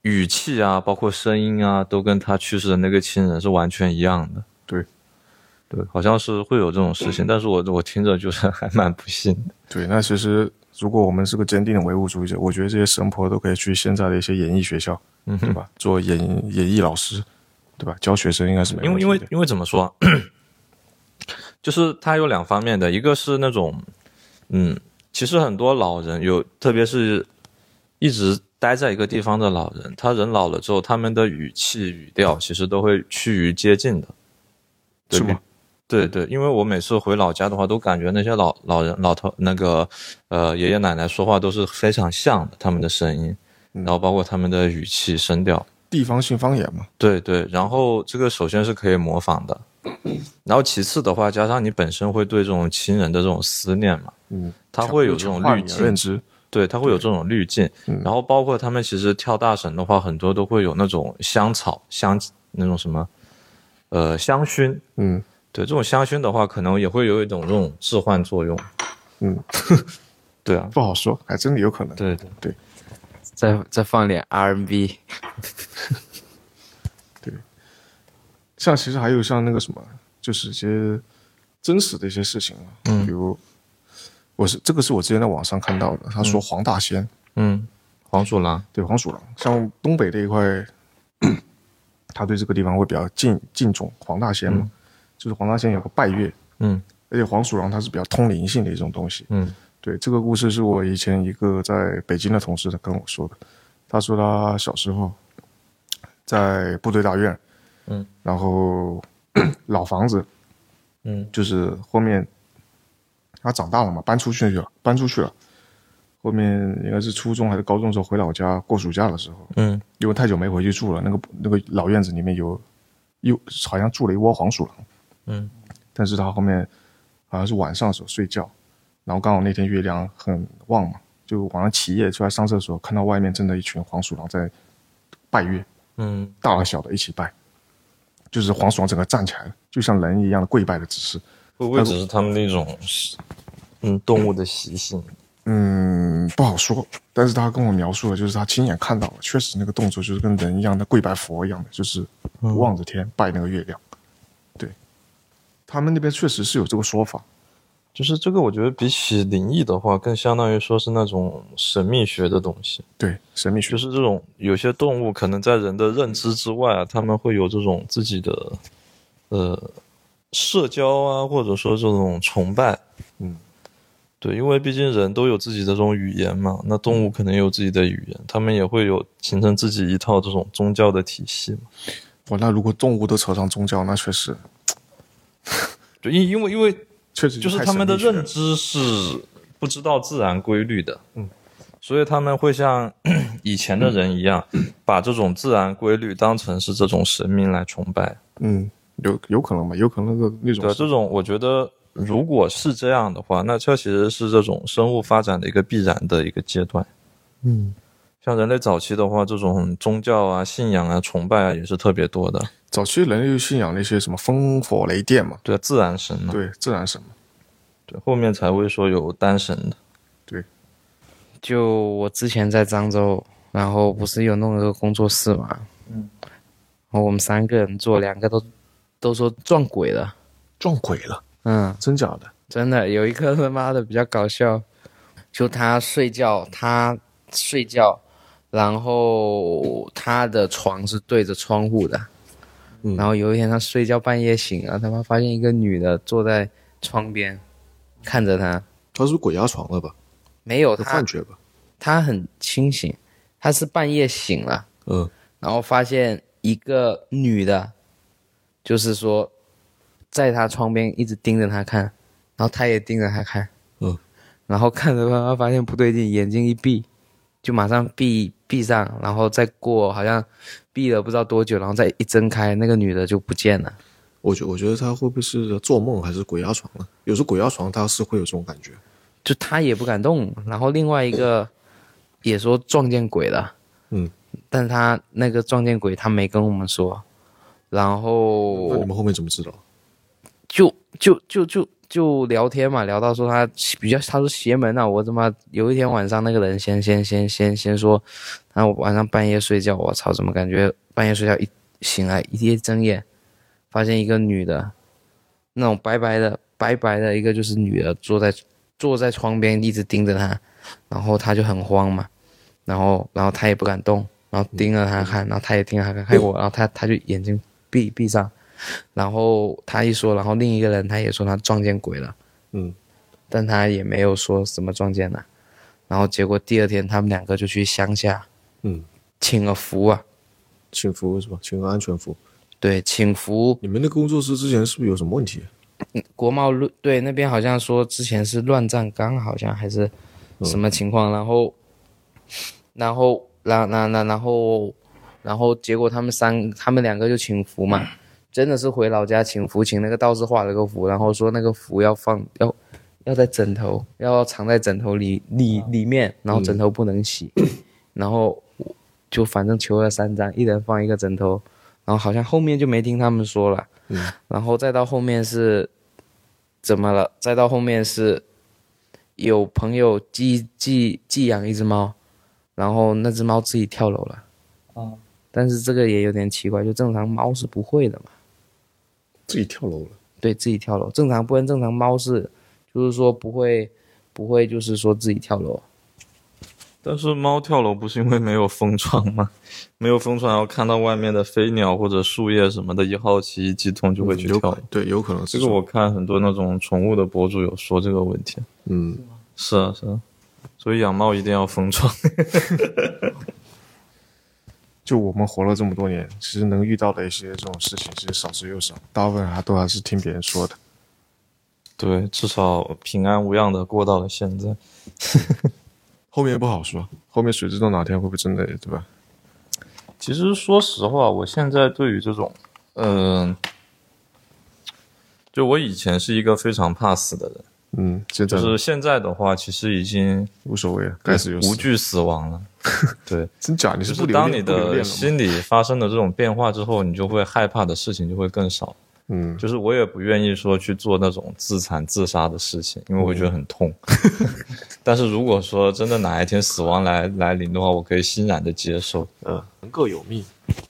[SPEAKER 2] 语气啊，包括声音啊，都跟他去世的那个亲人是完全一样的。
[SPEAKER 1] 对，
[SPEAKER 2] 对，好像是会有这种事情，但是我我听着就是还蛮不信的。
[SPEAKER 1] 对。那其实，如果我们是个坚定的唯物主义者，我觉得这些神婆都可以去现在的一些演艺学 校，
[SPEAKER 2] 嗯
[SPEAKER 1] 对吧？做演演艺老师，对吧？教学生应该是没
[SPEAKER 2] 因为因
[SPEAKER 1] 问
[SPEAKER 2] 为
[SPEAKER 1] 题的
[SPEAKER 2] 因为怎么说啊，就是它有两方面的，一个是那种，嗯，其实很多老人有，特别是一直待在一个地方的老人，他人老了之后，他们的语气语调其实都会趋于接近的，对
[SPEAKER 1] 是吗？
[SPEAKER 2] 对对，因为我每次回老家的话，都感觉那些老老人、老头那个呃爷爷奶奶说话都是非常像的，他们的声音，
[SPEAKER 1] 嗯
[SPEAKER 2] 然后包括他们的语气、声调。
[SPEAKER 1] 地方性方言嘛，
[SPEAKER 2] 对对，然后这个首先是可以模仿 的，然后其次的话，加上你本身会对这种亲人的这种思念嘛，
[SPEAKER 1] 嗯，
[SPEAKER 2] 它会有这种
[SPEAKER 1] 强化
[SPEAKER 2] 滤
[SPEAKER 1] 你的认
[SPEAKER 2] 镜，
[SPEAKER 1] 知，
[SPEAKER 2] 对，它会有这种滤镜
[SPEAKER 1] 嗯，
[SPEAKER 2] 然后包括他们其实跳大神的话，很多都会有那种香草香那种什么，呃，香薰，
[SPEAKER 1] 嗯，
[SPEAKER 2] 对，这种香薰的话，可能也会有一种这种置换作用，
[SPEAKER 1] 嗯，
[SPEAKER 2] 对啊，
[SPEAKER 1] 不好说，还真的有可能。
[SPEAKER 2] 对对，
[SPEAKER 3] 再再放点 R&B，
[SPEAKER 1] 像其实还有像那个什么，就是一些真实的一些事情啊，嗯，比如我是这个是我之前在网上看到的，他说黄大仙、
[SPEAKER 2] 嗯，黄鼠狼，
[SPEAKER 1] 对黄鼠狼，像东北这一块， 他对这个地方会比较敬敬重黄大仙嘛，就是黄大仙有个拜月，
[SPEAKER 2] 嗯
[SPEAKER 1] 而且黄鼠狼它是比较通灵性的一种东西，
[SPEAKER 2] 嗯
[SPEAKER 1] 对，这个故事是我以前一个在北京的同事他跟我说的。他说他小时候在部队大院，
[SPEAKER 2] 嗯，
[SPEAKER 1] 然后 老房子
[SPEAKER 2] 嗯
[SPEAKER 1] 就是后面他长大了嘛，搬出去了，搬出去了。后面应该是初中还是高中的时候回老家过暑假的时候，
[SPEAKER 2] 嗯
[SPEAKER 1] 因为太久没回去住了，那个那个老院子里面有有好像住了一窝黄鼠狼，
[SPEAKER 2] 嗯，
[SPEAKER 1] 但是他后面好像是晚上的时候睡觉，然后刚好那天月亮很旺嘛，就晚上起夜出来上厕所，看到外面真的一群黄鼠狼在拜月，
[SPEAKER 2] 嗯
[SPEAKER 1] 大的小的一起拜，就是黄鼠狼整个站起来了，就像人一样的跪拜的姿势。
[SPEAKER 2] 会啊不会只是他们的一种，嗯，动物的习性？
[SPEAKER 1] 嗯，不好说。但是他跟我描述的就是他亲眼看到了，确实那个动作就是跟人一样的跪拜佛一样的，就是
[SPEAKER 2] 嗯
[SPEAKER 1] 望着天拜那个月亮。对，他们那边确实是有这个说法。
[SPEAKER 2] 就是这个，我觉得比起灵异的话，更相当于说是那种神秘学的东西。
[SPEAKER 1] 对，神秘学
[SPEAKER 2] 就是这种有些动物可能在人的认知之外啊，他们会有这种自己的，呃，社交啊，或者说这种崇拜，
[SPEAKER 4] 嗯，
[SPEAKER 2] 对，因为毕竟人都有自己的这种语言嘛，那动物可能有自己的语言，他们也会有形成自己一套这种宗教的体系嘛。
[SPEAKER 4] 哇，那如果动物都扯上宗教，那确实
[SPEAKER 2] 就因因为因为
[SPEAKER 4] 确实
[SPEAKER 2] 就
[SPEAKER 4] 嗯
[SPEAKER 2] 是
[SPEAKER 4] 太
[SPEAKER 2] 他们的
[SPEAKER 4] 神秘学了
[SPEAKER 2] 认知是不知道自然规律的，嗯，所以他们会像 以前
[SPEAKER 4] 嗯
[SPEAKER 2] 的人一样，把这种自然规律当成是这种神明来崇拜。
[SPEAKER 4] 嗯，有有可能吧，有可能那个那种
[SPEAKER 2] 对，这啊种我觉得如果是这样的话，那这其实是这种生物发展的一个必然的一个阶段。
[SPEAKER 4] 嗯，
[SPEAKER 2] 像人类早期的话，这种宗教啊、信仰啊、崇拜啊也是特别多的，
[SPEAKER 4] 早期人类就信仰那些什么风火雷电嘛，
[SPEAKER 2] 对，自然神嘛，
[SPEAKER 4] 对，自然神嘛，
[SPEAKER 2] 对，后面才会说有单神的。
[SPEAKER 3] 就我之前在漳州，然后不是有弄了个工作室嘛，嗯，然后我们三个人做，两个都都说撞鬼了，
[SPEAKER 4] 撞鬼了，
[SPEAKER 3] 嗯，
[SPEAKER 4] 真假的？
[SPEAKER 3] 真的有一个他妈的比较搞笑，就他睡觉，他睡觉，然后他的床是对着窗户的，然后有一天他睡觉半夜醒了，他妈发现一个女的坐在窗边看着他，
[SPEAKER 1] 他是不是鬼压床了吧？
[SPEAKER 3] 没有
[SPEAKER 4] 有
[SPEAKER 3] 他
[SPEAKER 4] 幻觉吧？
[SPEAKER 3] 他很清醒，他是半夜醒了，
[SPEAKER 1] 嗯，
[SPEAKER 3] 然后发现一个女的，就是说，在他窗边一直盯着他看，然后他也盯着他看，
[SPEAKER 1] 嗯，
[SPEAKER 3] 然后看着他发现不对劲，眼睛一闭，就马上闭闭上，然后再过好像闭了不知道多久，然后再一睁开，那个女的就不见了。
[SPEAKER 1] 我觉我觉得他会不会是做梦还是鬼压床呢？有时候鬼压床他是会有这种感觉。
[SPEAKER 3] 就他也不敢动，然后另外一个也说撞见鬼了，
[SPEAKER 1] 嗯，
[SPEAKER 3] 但他那个撞见鬼他没跟我们说，然后
[SPEAKER 2] 哦
[SPEAKER 1] 那你们后面怎么知道？
[SPEAKER 3] 就就就就就聊天嘛，聊到说他比较，他说邪门啊，我他妈有一天晚上那个人先先先先先说，然后晚上半夜睡觉，我操，怎么感觉半夜睡觉一醒来一一睁眼，发现一个女的，那种白白的白白的一个就是女的坐在坐在窗边一直盯着他，然后他就很慌嘛，然后然后他也不敢动，然后盯着他看，然后他也盯着他看，看我，然后他他就眼睛闭闭上。然后他一说，然后另一个人他也说他撞见鬼了，
[SPEAKER 1] 嗯，
[SPEAKER 3] 但他也没有说什么撞见了。然后结果第二天他们两个就去乡下，
[SPEAKER 1] 嗯，
[SPEAKER 3] 请了福啊，
[SPEAKER 1] 请服是吧？请个安全服。
[SPEAKER 3] 对，请福。
[SPEAKER 1] 你们的工作室之前是不是有什么问题？啊
[SPEAKER 3] 国贸路对那边好像说之前是乱葬岗，好像还是什么情况，然后，然后，然然然然后，然后结果他们三他们两个就请福嘛，真的是回老家请福，请那个道士画了个符，然后说那个符要放要要在枕头，要藏在枕头里里里面，然后枕头不能洗，然后我就反正求了三张，一人放一个枕头，然后好像后面就没听他们说了，然后再到后面是怎么了？再到后面是有朋友寄寄寄养一只猫，然后那只猫自己跳楼了。啊、但是这个也有点奇怪，就正常猫是不会的嘛，
[SPEAKER 1] 自己跳楼了。
[SPEAKER 3] 对自己跳楼，正常不然正常猫是就是说不会不会就是说自己跳楼，
[SPEAKER 2] 但是猫跳楼不是因为没有封窗吗？ 没有封窗，然后看到外面的飞鸟或者树叶什么的，一好奇一激动就会去
[SPEAKER 1] 有
[SPEAKER 2] 跳。
[SPEAKER 1] 可对，有可能是
[SPEAKER 2] 这个我看很多那种宠物的博主有说这个问题。
[SPEAKER 1] 嗯，
[SPEAKER 2] 是啊，是啊，所以养猫一定要封 窗。
[SPEAKER 4] 就我们活了这么多年，其实能遇到的一些这种事情，其实少之又少，大部分还都还是听别人说的。
[SPEAKER 2] 对，至少平安无恙的过到了现在。
[SPEAKER 4] 后面不好说，后面谁知道哪天会不会真的，对吧？
[SPEAKER 2] 其实说实话，我现在对于这种，嗯、就我以前是一个非常怕死的人，
[SPEAKER 4] 嗯，现在
[SPEAKER 2] 就是现在的话，其实已经
[SPEAKER 4] 无所谓了，该死就
[SPEAKER 2] 无
[SPEAKER 4] 死。
[SPEAKER 2] 惧死亡了。 对，
[SPEAKER 4] 真假？你是不
[SPEAKER 2] 就是
[SPEAKER 4] 留
[SPEAKER 2] 当你
[SPEAKER 4] 恋不留
[SPEAKER 2] 的
[SPEAKER 4] 恋了吗？
[SPEAKER 2] 心理发生了这种变化之后，你就会害怕的事情就会更少。
[SPEAKER 4] 嗯，
[SPEAKER 2] 就是我也不愿意说去做那种自残自杀的事情，因为我
[SPEAKER 4] 嗯
[SPEAKER 2] 觉得很痛。 但是如果说真的哪一天死亡来来临的话，我可以欣然的接受。
[SPEAKER 1] 呃，人各有命，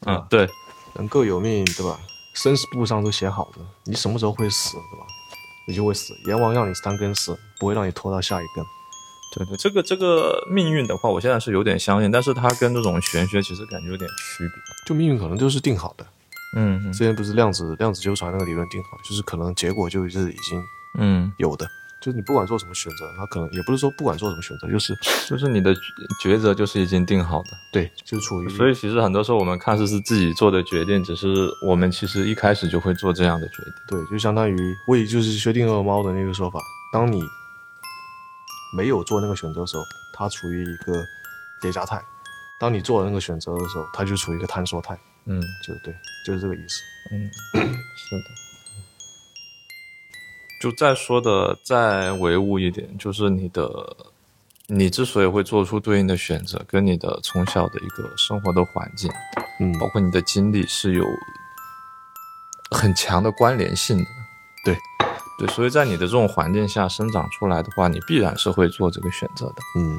[SPEAKER 2] 嗯，对，
[SPEAKER 1] 人各有命，对吧？生死簿上都写好的，你什么时候会死，对吧？你就会死。阎王让你三根死，不会让你拖到下一根。
[SPEAKER 2] 对对，这个这个命运的话，我现在是有点相信，但是它跟这种玄学其实感觉有点区别。
[SPEAKER 1] 就命运可能就是定好的，
[SPEAKER 2] 嗯嗯
[SPEAKER 1] 之前不是量子量子纠缠那个理论定好，就是可能结果就是已经
[SPEAKER 2] 嗯，
[SPEAKER 1] 有的，就是你不管做什么选择，它可能也不是说不管做什么选择，就是
[SPEAKER 2] 就是你的抉择就是已经定好的。
[SPEAKER 1] 对，就是处于
[SPEAKER 2] 所以其实很多时候我们看似是自己做的决定，只是我们其实一开始就会做这样的决定。
[SPEAKER 1] 对，就相当于为就是薛定谔猫的那个说法，当你没有做那个选择的时候，它处于一个叠加态；当你做了那个选择的时候，它就处于一个坍缩态，
[SPEAKER 2] 嗯，
[SPEAKER 1] 就对，就是这个意思。
[SPEAKER 2] 是的。就再说的再唯物一点，就是你的，你之所以会做出对应的选择，跟你的从小的一个生活的环境，
[SPEAKER 1] 嗯，
[SPEAKER 2] 包括你的经历是有很强的关联性的。
[SPEAKER 1] 对，
[SPEAKER 2] 对，所以在你的这种环境下生长出来的话，你必然是会做这个选择的。
[SPEAKER 1] 嗯，